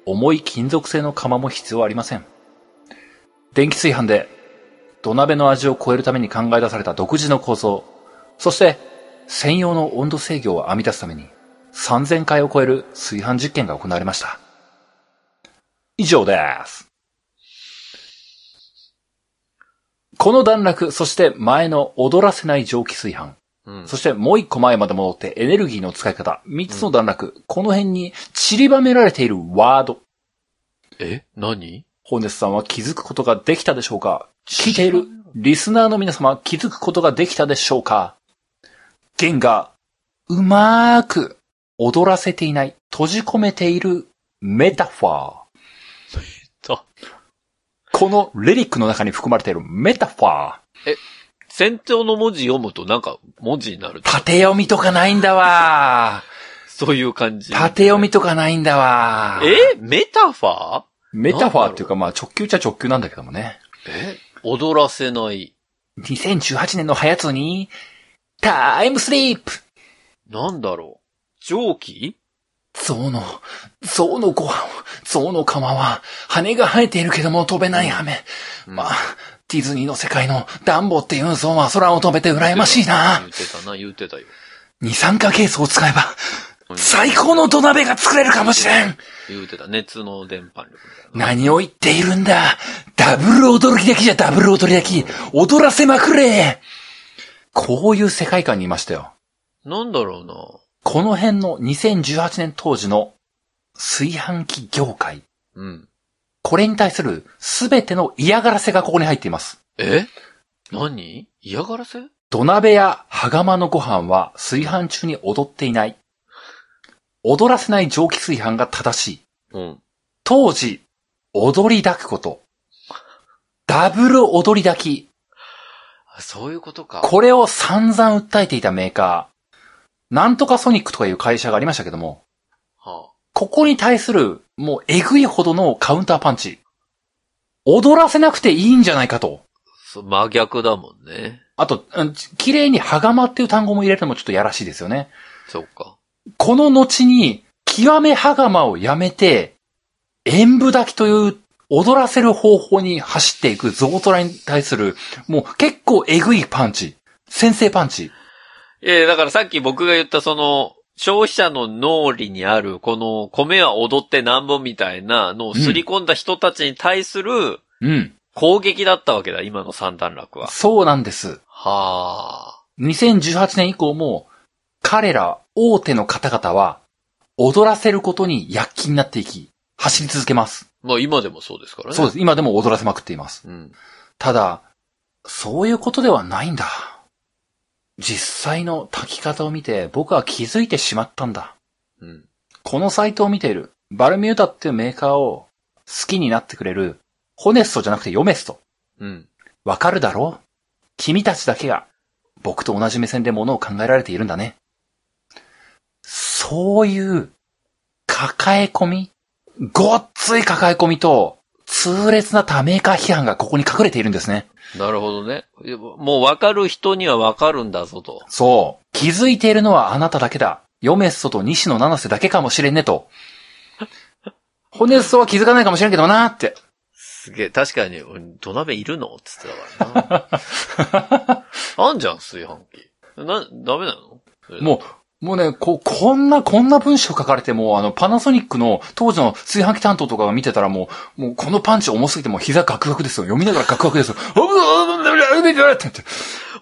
Speaker 2: 重い金属製の釜も必要ありません。電気炊飯で土鍋の味を超えるために考え出された独自の構造、そして専用の温度制御を編み出すために3000回を超える炊飯実験が行われました。以上です。この段落、そして前の踊らせない蒸気炊飯、
Speaker 1: うん。
Speaker 2: そしてもう一個前まで戻ってエネルギーの使い方、三つの段落、この辺に散りばめられているワード。
Speaker 1: え何
Speaker 2: ホーネスさんは気づくことができたでしょうか聞いているリスナーの皆様気づくことができたでしょうか弦がうまーく踊らせていない、閉じ込めているメタファー。
Speaker 1: と、
Speaker 2: このレリックの中に含まれているメタファー。
Speaker 1: 先頭の文字読むとなんか文字になる。
Speaker 2: 縦読みとかないんだわ
Speaker 1: そういう感じ。
Speaker 2: ー。縦読みとかないんだわー。
Speaker 1: えメタファー
Speaker 2: メタファーっていうかまあ直球っちゃ直球なんだけどもね。
Speaker 1: え踊らせない。
Speaker 2: 2018年の流行つに、タイムスリープ
Speaker 1: なんだろう蒸気
Speaker 2: 象の、象のご飯を、象の釜は、羽が生えているけども飛べない羽目。まあ、ディズニーの世界のダンボっていう象は空を飛べて羨ましいな
Speaker 1: 言。ってたな、言ってたよ。
Speaker 2: 二酸化ケースを使えば、最高の土鍋が作れるかもしれん
Speaker 1: 言うてた。熱の伝播力みたいな。
Speaker 2: 何を言っているんだダブル驚きだけじゃダブル驚きだけ踊らせまくれこういう世界観にいましたよ。
Speaker 1: なんだろうな。
Speaker 2: この辺の2018年当時の炊飯器業界。
Speaker 1: うん。
Speaker 2: これに対する全ての嫌がらせがここに入っています。
Speaker 1: え何嫌がらせ
Speaker 2: 土鍋や羽釜のご飯は炊飯中に踊っていない。踊らせない蒸気炊飯が正しい。
Speaker 1: うん。
Speaker 2: 当時、踊り抱くこと。ダブル踊り抱き。
Speaker 1: あそういうことか。
Speaker 2: これを散々訴えていたメーカー。なんとかソニックとかいう会社がありましたけども、
Speaker 1: は
Speaker 2: ここに対する、もうえぐいほどのカウンターパンチ。踊らせなくていいんじゃないかと。
Speaker 1: あ、そう真逆だもんね。
Speaker 2: あと、うん綺麗に羽釜っていう単語も入れるのもちょっとやらしいですよね。
Speaker 1: そうか。
Speaker 2: この後に、極め羽釜をやめて、演舞炊きという踊らせる方法に走っていくゾウトラに対する、もう結構えぐいパンチ。先制パンチ。
Speaker 1: えー、だからさっき僕が言ったその、消費者の脳裏にある、この、米は踊ってなんぼみたいなのをすり込んだ人たちに対する
Speaker 2: うん。
Speaker 1: 攻撃だったわけだ、今の三段落は。
Speaker 2: そうなんです。
Speaker 1: はあ。
Speaker 2: 2018年以降も、彼ら大手の方々は、踊らせることに躍起になっていき、走り続けます。
Speaker 1: まあ今でもそうですからね。。
Speaker 2: そうですす。今でも踊らせまくっています。
Speaker 1: うん。
Speaker 2: ただ、そういうことではないんだ。実際の炊き方を見て、僕は気づいてしまったんだ。
Speaker 1: うん。
Speaker 2: このサイトを見ている、バルミュータっていうメーカーを好きになってくれる、ホネストじゃなくてヨメスト。
Speaker 1: うん。
Speaker 2: わかるだろう君たちだけが僕と同じ目線で物を考えられているんだね。そういう抱え込みごっつい抱え込みと痛烈な他メーカー批判がここに隠れているんですね。
Speaker 1: なるほどね。もうわかる人にはわかるんだぞと。
Speaker 2: そう。気づいているのはあなただけだ。ヨメッソと西野七瀬だけかもしれんねと。ホネスソは気づかないかもしれんけどなーって。
Speaker 1: すげえ、確かに、うん土鍋いるのって言ってたから な。あんじゃん、炊飯器。な、ダメなのそれ
Speaker 2: もう、もうね、こう、こんな、こんな文章書かれても、あの、パナソニックの当時の炊飯器担当とかが見てたらもう、もうこのパンチ重すぎてもう膝ガクガクですよ。読みながらガクガクですよ。あぶあぶあぶあぶあぶあぶって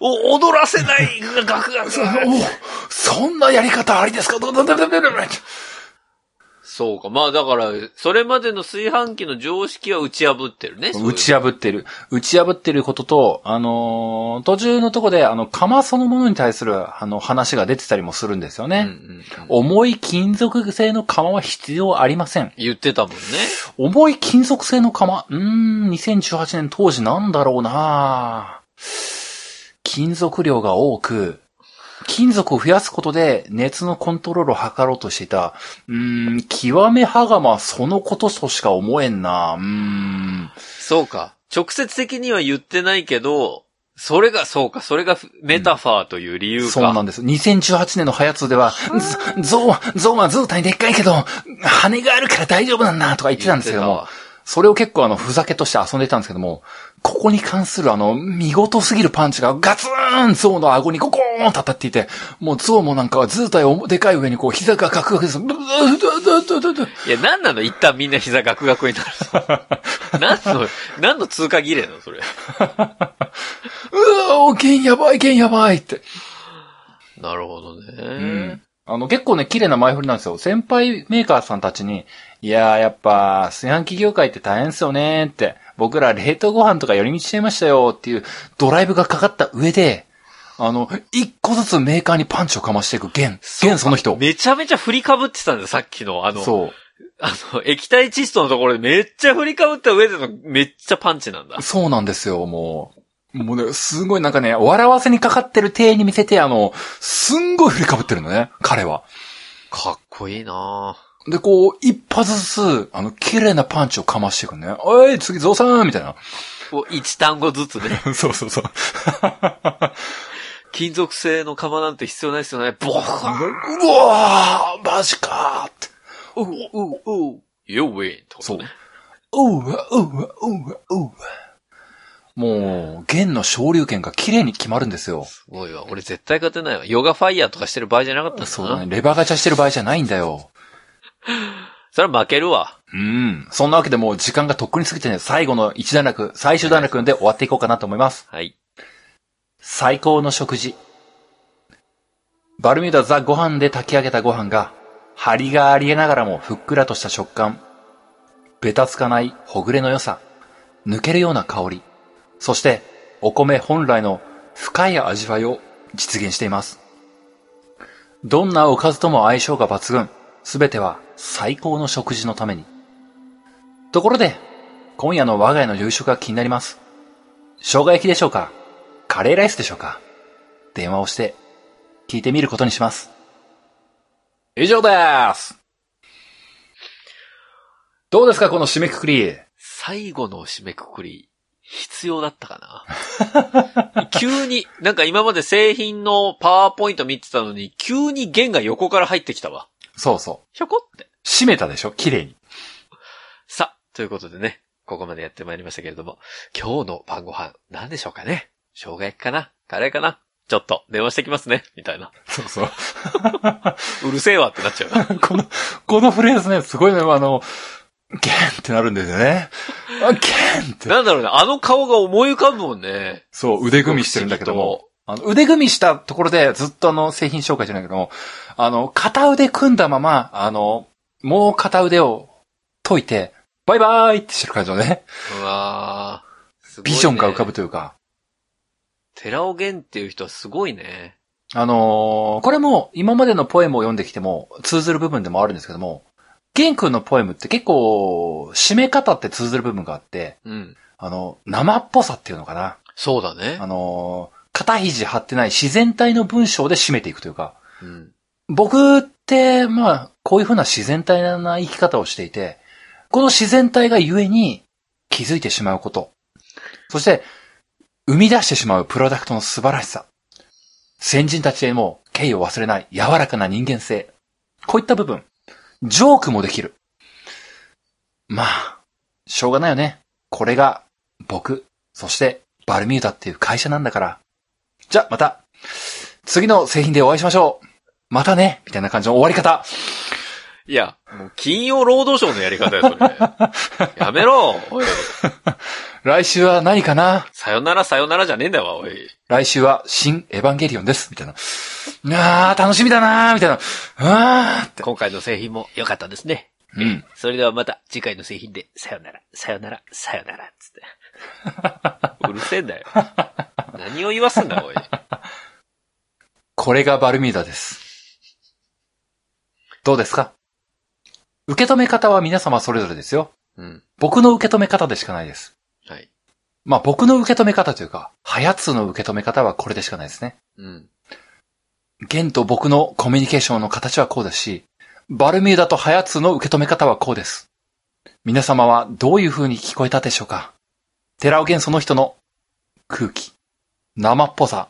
Speaker 1: お、踊らせないガクガク
Speaker 2: おそんなやり方ありですかどどどどどどどって
Speaker 1: そうか。まあだから、それまでの炊飯器の常識は打ち破ってるね。そういう
Speaker 2: 打ち破ってる。打ち破ってることと、あのー途中のとこで、あの、釜そのものに対する、あの、話が出てたりもするんですよ
Speaker 1: うんう
Speaker 2: ね。
Speaker 1: んうん
Speaker 2: 重い金属製の釜は必要ありません。
Speaker 1: 言ってたもんね。
Speaker 2: 重い金属製の釜。うーん、2018年当時なんだろうな金属量が多く、金属を増やすことで熱のコントロールを図ろうとしていた。うーん、極めはがまそのこととしか思えんなうーん。
Speaker 1: そうか。直接的には言ってないけど、それが、そうか、それがメタファーという理由か。
Speaker 2: そうなんです。2018年のハヤツでは、ずゾウは、ゾウは図体でっかいけど、羽があるから大丈夫なんだとか言ってたんですけども。それを結構あの、ふざけとして遊んでたんですけども、ここに関するあの、見事すぎるパンチがガツーンゾウの顎にゴコーンと当たっていて、もうゾウもなんかは図体をでかい上にこう、膝がガクガクです。ブブブブブブブ
Speaker 1: いや、なんなの一旦みんな膝ガクガクになる の。なんの、なんの通過儀礼なのそれ。
Speaker 2: うわお剣やばい、剣やばいって。
Speaker 1: なるほどね。
Speaker 2: うんあの、結構ね、綺麗な前振りなんですよ。先輩メーカーさんたちに、いやー、やっぱ、炊飯器業界って大変ですよねーって、僕ら冷凍ご飯とか寄り道しちゃいましたよっていうドライブがかかった上で、あの、一個ずつメーカーにパンチをかましていく、現、現その人。
Speaker 1: めちゃめちゃ振りかぶってたんだよ、さっきの。あの、
Speaker 2: そ
Speaker 1: あの、液体窒素のところでめっちゃ振りかぶった上でのめっちゃパンチなんだ
Speaker 2: う。。そうなんですよ、もう。もうね、すごいなんかね、笑わせにかかってる体に見せて、あの、すんごい振りかぶってるのね、彼は。
Speaker 1: かっこいいなぁ
Speaker 2: で、こう、一発ずつ、あの、綺麗なパンチをかましていくね。おい、次、ゾウさんみたいな。
Speaker 1: こう一単語ずつね。
Speaker 2: そうそうそう。
Speaker 1: 金属製の釜なんて必要ないですよね。ボー
Speaker 2: うわーマジかーって。
Speaker 1: うううう。You win. と
Speaker 2: そう
Speaker 1: ね。。
Speaker 2: うわ、うわ、うわ、うわ。もう、弦の昇竜拳が綺麗に決まるんですよ。
Speaker 1: すごいわ。俺絶対勝てないわ。ヨガファイヤーとかしてる場合じゃなかったんだな。
Speaker 2: そうだね。レバーガチャしてる場合じゃないんだよ。
Speaker 1: それは負けるわ。
Speaker 2: うん。そんなわけでもう時間がとっくに過ぎてね、最後の一段落、最終段落で終わっていこうかなと思います。
Speaker 1: はい。
Speaker 2: 最高の食事。バルミューダザご飯で炊き上げたご飯が、張りがありえながらもふっくらとした食感。ベタつかないほぐれの良さ。抜けるような香り。そして、お米本来の深い味わいを実現しています。どんなおかずとも相性が抜群。すべては最高の食事のために。ところで、今夜の我が家の夕食が気になります。生姜焼きでしょうかカレーライスでしょうか電話をして、聞いてみることにします。以上ですどうですかこの締めくくり。
Speaker 1: 最後の締めくくり、必要だったかな 急に、なんか今まで製品のパワーポイント見てたのに、急に弦が横から入ってきたわ。
Speaker 2: そうそう。
Speaker 1: ひょこって。
Speaker 2: 締めたでしょ綺麗に。
Speaker 1: さあ、ということでね、ここまでやってまいりましたけれども、今日の晩ご飯、何でしょうかね生姜焼きかなカレーかなちょっと、電話してきますね、みたいな。
Speaker 2: そうそう。
Speaker 1: うるせえわってなっちゃうな。
Speaker 2: この、このフレーズね、すごいね、あの、ゲーンってなるんですよね。あゲーンって。
Speaker 1: なんだろうね、あの顔が思い浮かぶもんね。
Speaker 2: そう、腕組みしてるんだけども。あの腕組みしたところでずっとあの製品紹介してるんだけども、あの、片腕組んだまま、あの、もう片腕を解いて、バイバーイってしてる感じのね、
Speaker 1: 不思議と。うわーすごい
Speaker 2: ビ
Speaker 1: ね
Speaker 2: ジョンが浮かぶ。というか、
Speaker 1: 寺尾玄っていう人はすごいね。
Speaker 2: あのーこれも今までのポエムを読んできても通ずる部分でもあるんですけども、玄君のポエムって結構、締め方って通ずる部分があって、
Speaker 1: うん。
Speaker 2: あの、生っぽさっていうのかな。
Speaker 1: そうだね
Speaker 2: あ。のー肩肘張ってない自然体の文章で締めていくというか、
Speaker 1: うん。
Speaker 2: 僕って、まあ、こういうふうな自然体な生き方をしていて、この自然体が故に気づいてしまうこと。そして、生み出してしまうプロダクトの素晴らしさ。先人たちへも敬意を忘れない柔らかな人間性。こういった部分。ジョークもできる。まあ、しょうがないよね。これが僕、そしてバルミューダっていう会社なんだから。じゃあまた、次の製品でお会いしましょう。またねみたいな感じの終わり方。
Speaker 1: いや、もう金曜労働省のやり方や、それ。 やめろおい。
Speaker 2: 来週は何かな
Speaker 1: さよならさよならじゃねえんだわ、おい。
Speaker 2: 来週は新エヴァンゲリオンです。みたいな。あー、楽しみだなーみたいな。あーって。
Speaker 1: 今回の製品も良かったですね。
Speaker 2: うん。
Speaker 1: それではまた次回の製品で、さよなら、さよなら、さよなら、つって。 うるせえんだよ。何を言わすんだ、おい。
Speaker 2: これがバルミューダです。どうですか受け止め方は皆様それぞれですよ。
Speaker 1: うん。
Speaker 2: 僕の受け止め方でしかないです。
Speaker 1: はい。
Speaker 2: まあ僕の受け止め方というか、ハヤツの受け止め方はこれでしかないですね。
Speaker 1: うん。
Speaker 2: ゲンと僕のコミュニケーションの形はこうですし、バルミューダとハヤツの受け止め方はこうです。皆様はどういう風に聞こえたでしょうか寺尾ゲンその人の空気、生っぽさ、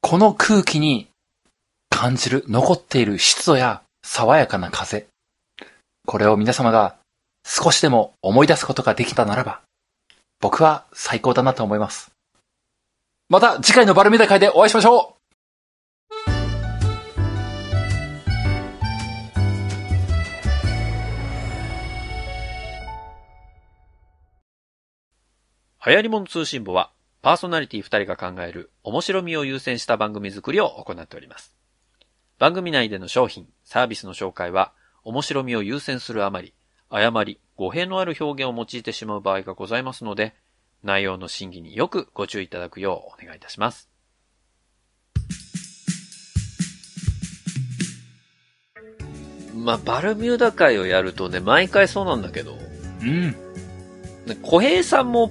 Speaker 2: この空気に感じる残っている湿度や爽やかな風、これを皆様が少しでも思い出すことができたならば、僕は最高だなと思います。また次回のバルミューダ会でお会いしましょう
Speaker 1: 流行り物通信簿は、パーソナリティ2人が考える面白みを優先した番組作りを行っております。番組内での商品、サービスの紹介は、面白みを優先するあまり、誤り、語弊のある表現を用いてしまう場合がございますので、内容の審議によくご注意いただくようお願いいたします。まあ、バルミューダ会をやるとね、毎回そうなんだけど、
Speaker 2: うん。
Speaker 1: ね小平さんも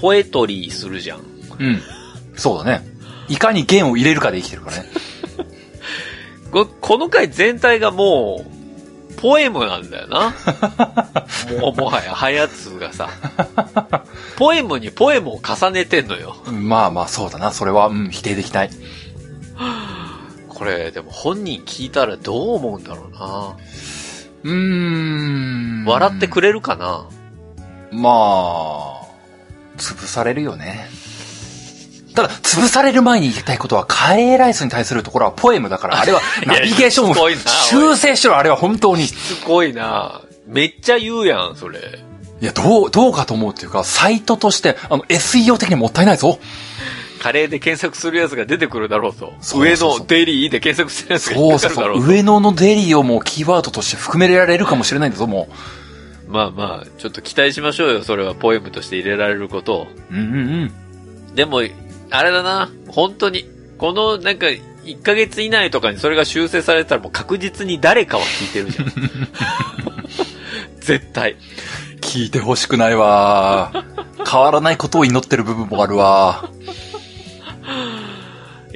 Speaker 1: ポエトリーするじゃん。
Speaker 2: うん。そうだね。いかに弦を入れるかで生きてるから ね。
Speaker 1: ここの回全体がもう、ポエムなんだよ な。もうもはや、はやつがさ。ポエムにポエムを重ねてんのよ。
Speaker 2: まあまあ、そうだな。それは、うん、否定できない。
Speaker 1: これ、でも本人聞いたらどう思うんだろうな。
Speaker 2: うーん。
Speaker 1: 笑ってく
Speaker 2: れ。
Speaker 1: れるかな、
Speaker 2: まあ、潰されるよね。ただ、潰される前に言いたいことは、カレーライスに対するところはポエムだから、あれはナビゲーション
Speaker 1: すごい
Speaker 2: を
Speaker 1: な
Speaker 2: 修正しろ、あれは本当に。い
Speaker 1: すごいな。めっちゃ言うやん、それ。
Speaker 2: や、どう、どうかと思うっていうか、サイトとして、あの、SEO 的にもったいないぞ。
Speaker 1: カレーで検索するやつが出てくるだろうと。
Speaker 2: そうそうそう
Speaker 1: 上のデリーで検索するやつが
Speaker 2: そ
Speaker 1: 出
Speaker 2: う
Speaker 1: て
Speaker 2: そ
Speaker 1: く
Speaker 2: う
Speaker 1: るだ
Speaker 2: そ
Speaker 1: ろう
Speaker 2: う。
Speaker 1: と。
Speaker 2: 上野のデリーをもうキーワードとして含められるかもしれないんだぞ、もう。
Speaker 1: まあまあ、ちょっと期待しましょうよ、それはポエムとして入れられることを。
Speaker 2: うんうんうん。
Speaker 1: でも、あれだな、本当に。この、なんか、1ヶ月以内とかにそれが修正されたらもう確実に誰かは聞いてるじゃん。絶対。
Speaker 2: 聞いてほしくないわ。変わらないことを祈ってる部分もあるわ。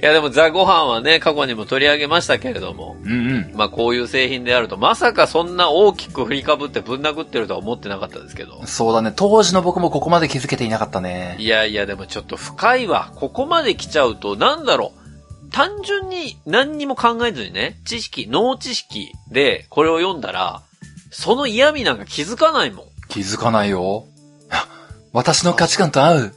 Speaker 1: いやでもザ・ご飯はね、過去にも取り上げましたけれども、
Speaker 2: うんうん。
Speaker 1: まあこういう製品であると、まさかそんな大きく振りかぶってぶん殴ってるとは思ってなかったですけど。
Speaker 2: そうだね。当時の僕もここまで気づけていなかったね。
Speaker 1: いやいやでもちょっと深いわ。ここまで来ちゃうと、なんだろう。単純に何にも考えずにね、知識、脳知識でこれを読んだら、その嫌味なんか気づかないもん。
Speaker 2: 気づかないよ。あ私の価値観と合う。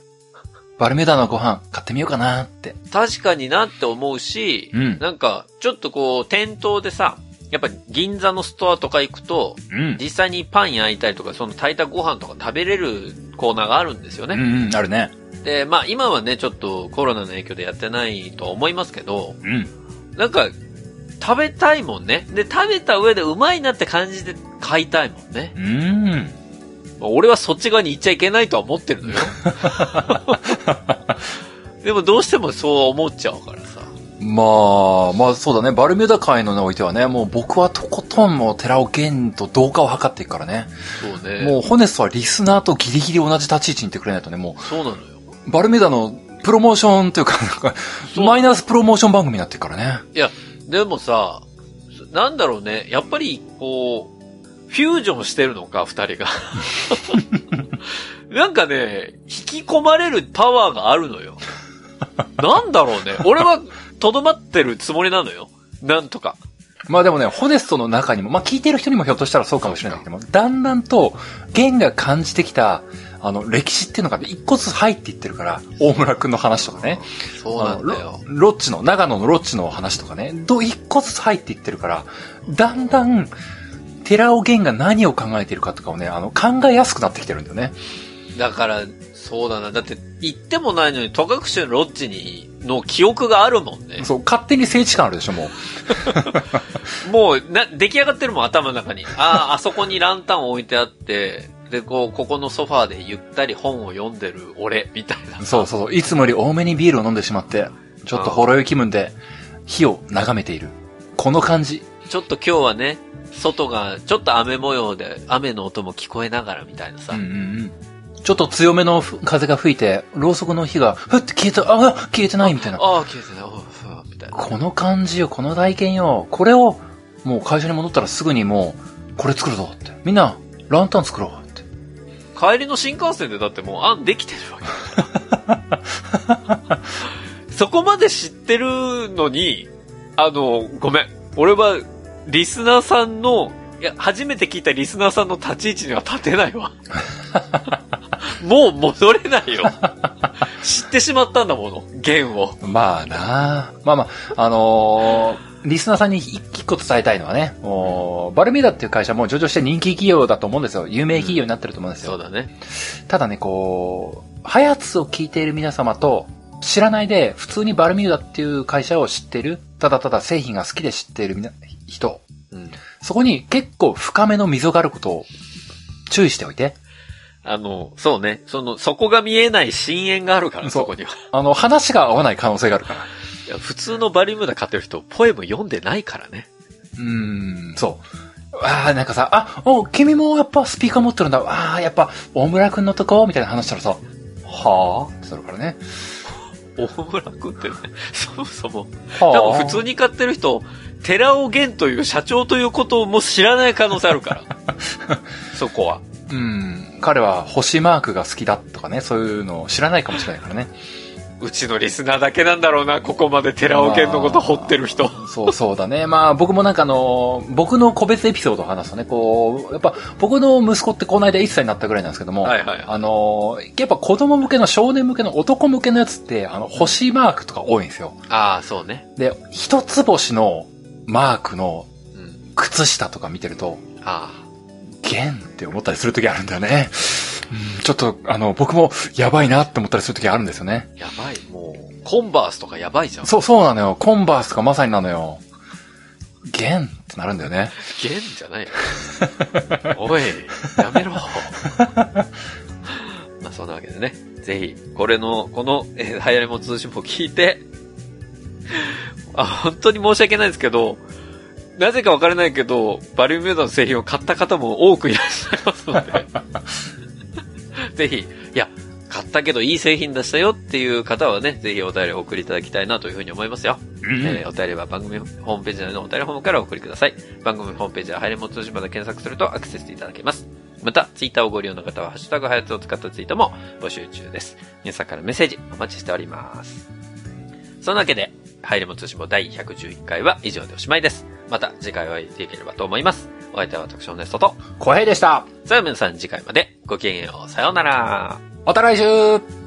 Speaker 2: バルミューダのご飯買ってみようかなって。
Speaker 1: 確かになって思うし、
Speaker 2: うん
Speaker 1: なんか、ちょっとこう、店頭でさ、やっぱ銀座のストアとか行くと、
Speaker 2: うん。
Speaker 1: 実際にパン焼いたりとか、その炊いたご飯とか食べれるコーナーがあるんですよ
Speaker 2: う
Speaker 1: ね。
Speaker 2: んうん、あるね。
Speaker 1: で、まあ今はね、ちょっとコロナの影響でやってないとは思いますけど、
Speaker 2: うん。
Speaker 1: なんか、食べたいもんね。で、食べた上でうまいなって感じで買いたいもんね。
Speaker 2: うん。
Speaker 1: まあ俺はそっち側に行っちゃいけないとは思ってるの よ。でもどうしてもそう思っちゃうからさ。
Speaker 2: まあ、まあそうだね。バルミューダ界のおいてはね、もう僕はとことんもう寺尾玄と同化を図っていくからね。
Speaker 1: そうね。
Speaker 2: もうホネストはリスナーとギリギリ同じ立ち位置にいてくれないとね、も
Speaker 1: そうなのよ。
Speaker 2: う、バルミューダのプロモーションというか、なんか
Speaker 1: そう
Speaker 2: マイナスプロモーション番組になってるからね。
Speaker 1: いや、でもさ、なんだろうね。やっぱり、こう、フュージョンしてるのか、二人が。 なんかね、引き込まれるパワーがあるのよ。なんだろうね。俺は、とどまってるつもりなのよ。なんとか。
Speaker 2: まあでもね、ホネストの中にも、まあ聞いてる人にもひょっとしたらそうかもしれないけども、だんだんと、弦が感じてきた、あの、歴史っていうのがね一個ずつ入っていってるから、大村くんの話とかね。
Speaker 1: そうなんだよ
Speaker 2: あ。のロロッチの、長野のロッチの話とかね、ど、一個ずつ入っていってるから、だんだん、寺尾弦が何を考えているかとかをね、あの、考えやすくなってきてるんだよね。
Speaker 1: だから、そうだな。だって、行ってもないのに、戸隠のロッジに、の記憶があるもんね。
Speaker 2: そう、勝手に聖地感あるでしょ、もう。
Speaker 1: もう、な、出来上がってるもん、頭の中に。 ああ、あそこにランタン置いてあって、で、こう、ここのソファーでゆったり本を読んでる俺、みたいな。
Speaker 2: そうそうそう、いつもより多めにビールを飲んでしまって、ちょっとほろ酔い気分で、火を眺めている。この感じ。
Speaker 1: ちょっと今日はね、外が、ちょっと雨模様で、雨の音も聞こえながらみたいなさ。
Speaker 2: うんうんうん。ちょっと強めのふ風が吹いて、ろうそくの火が、ふって消えた、あ、消えてないみたいな。
Speaker 1: ああ、消えてない、おうふわみたいな。
Speaker 2: この感じよ、この体験よ。これを、もう会社に戻ったらすぐにもう、これ作るぞって。みんな、ランタン作ろうって。
Speaker 1: 帰りの新幹線でだってもう案できてるわけだから。そこまで知ってるのに、あの、ごめん。俺は、リスナーさんの、いや、初めて聞いたリスナーさんの立ち位置には立てないわ。もう戻れないよ。知ってしまったんだもの、弦を。
Speaker 2: まあなあまあまあ、あのーリスナーさんに一一個伝えたいのはね、もうバルミューダっていう会社も上場して人気企業だと思うんですよ。有名企業になってると思うんですよ。
Speaker 1: そうだね。
Speaker 2: ただね、こう、ハヤツを聞いている皆様と、知らないで、普通にバルミューダっていう会社を知ってる、ただただ製品が好きで知っているみな人、
Speaker 1: うん。
Speaker 2: そこに結構深めの溝があることを注意しておいて、
Speaker 1: あの、そうね。その、そこが見えない深淵があるから、
Speaker 2: そう
Speaker 1: そこには。
Speaker 2: あの、話が合わない可能性があるから。
Speaker 1: いや、普通のバリウムダ買ってる人、ポエム読んでないからね。
Speaker 2: うーん、そう。ああ、なんかさ、あ、お、君もやっぱスピーカー持ってるんだ。ああ、やっぱ、大村くんのとこみたいな話したらさ、はあってなるからね。
Speaker 1: 大村くんってね、 そもそも、多
Speaker 2: はあ。
Speaker 1: 分普通に買ってる人、寺尾源という社長ということも知らない可能性ある から。そこは。
Speaker 2: うん。彼は星マークが好きだとかね、そういうのを知らないかもしれないからね。
Speaker 1: うちのリスナーだけなんだろうな、ここまで寺尾源のこと掘ってる人。
Speaker 2: そうそうだね。 まあ僕もなんかあの、僕の個別エピソードを話すとね、こう、やっぱ僕の息子ってこの間1歳になったぐらいなんですけども、
Speaker 1: はいはいはい。
Speaker 2: あの、やっぱ子供向けの少年向けの男向けのやつって、あの、星マークとか多いんですよ。
Speaker 1: ああ、そうね。
Speaker 2: で、一つ星のマークの
Speaker 1: うん。
Speaker 2: 靴下とか見てると、
Speaker 1: あ
Speaker 2: ゲンって思ったりする時あるんだよね。うんちょっと、あの、僕もやばいなって思ったりする時あるんですよね
Speaker 1: あ。、やばい。もう、コンバースとかやばいじゃん。
Speaker 2: そう、そうなのよ。コンバースとかまさになのよ。ゲンってなるんだよね。
Speaker 1: 源じゃないよ。おい、やめろ。 まあそんなわけでね、ぜひ、これの、この、えー、流行りも通信も聞いて、あ、本当に申し訳ないですけど、なぜかわからないけど、バリューミューダの製品を買った方も多くいらっしゃいますので、 ぜひ、いや、買ったけどいい製品でしたよっていう方はね、ぜひお便りをお送りいただきたいなというふうに思いますよ。えーお便りは番組ホームページ内のお便りフォームからお送りください。番組ホームページはハイレモ通信まで検索するとアクセスいただけます。また、ツイッターをご利用の方は、ハッシュタグハヤツを使ったツイートも募集中です。皆さんからメッセージお待ちしております。そんなわけで、ハイレモ通信も第111回は以上でおしまいです。また次回お会いできればと思います。お相手は私、オネストと。
Speaker 2: 小平でした。
Speaker 1: さあ皆さん次回までごきげんよう。さようなら。
Speaker 2: また来週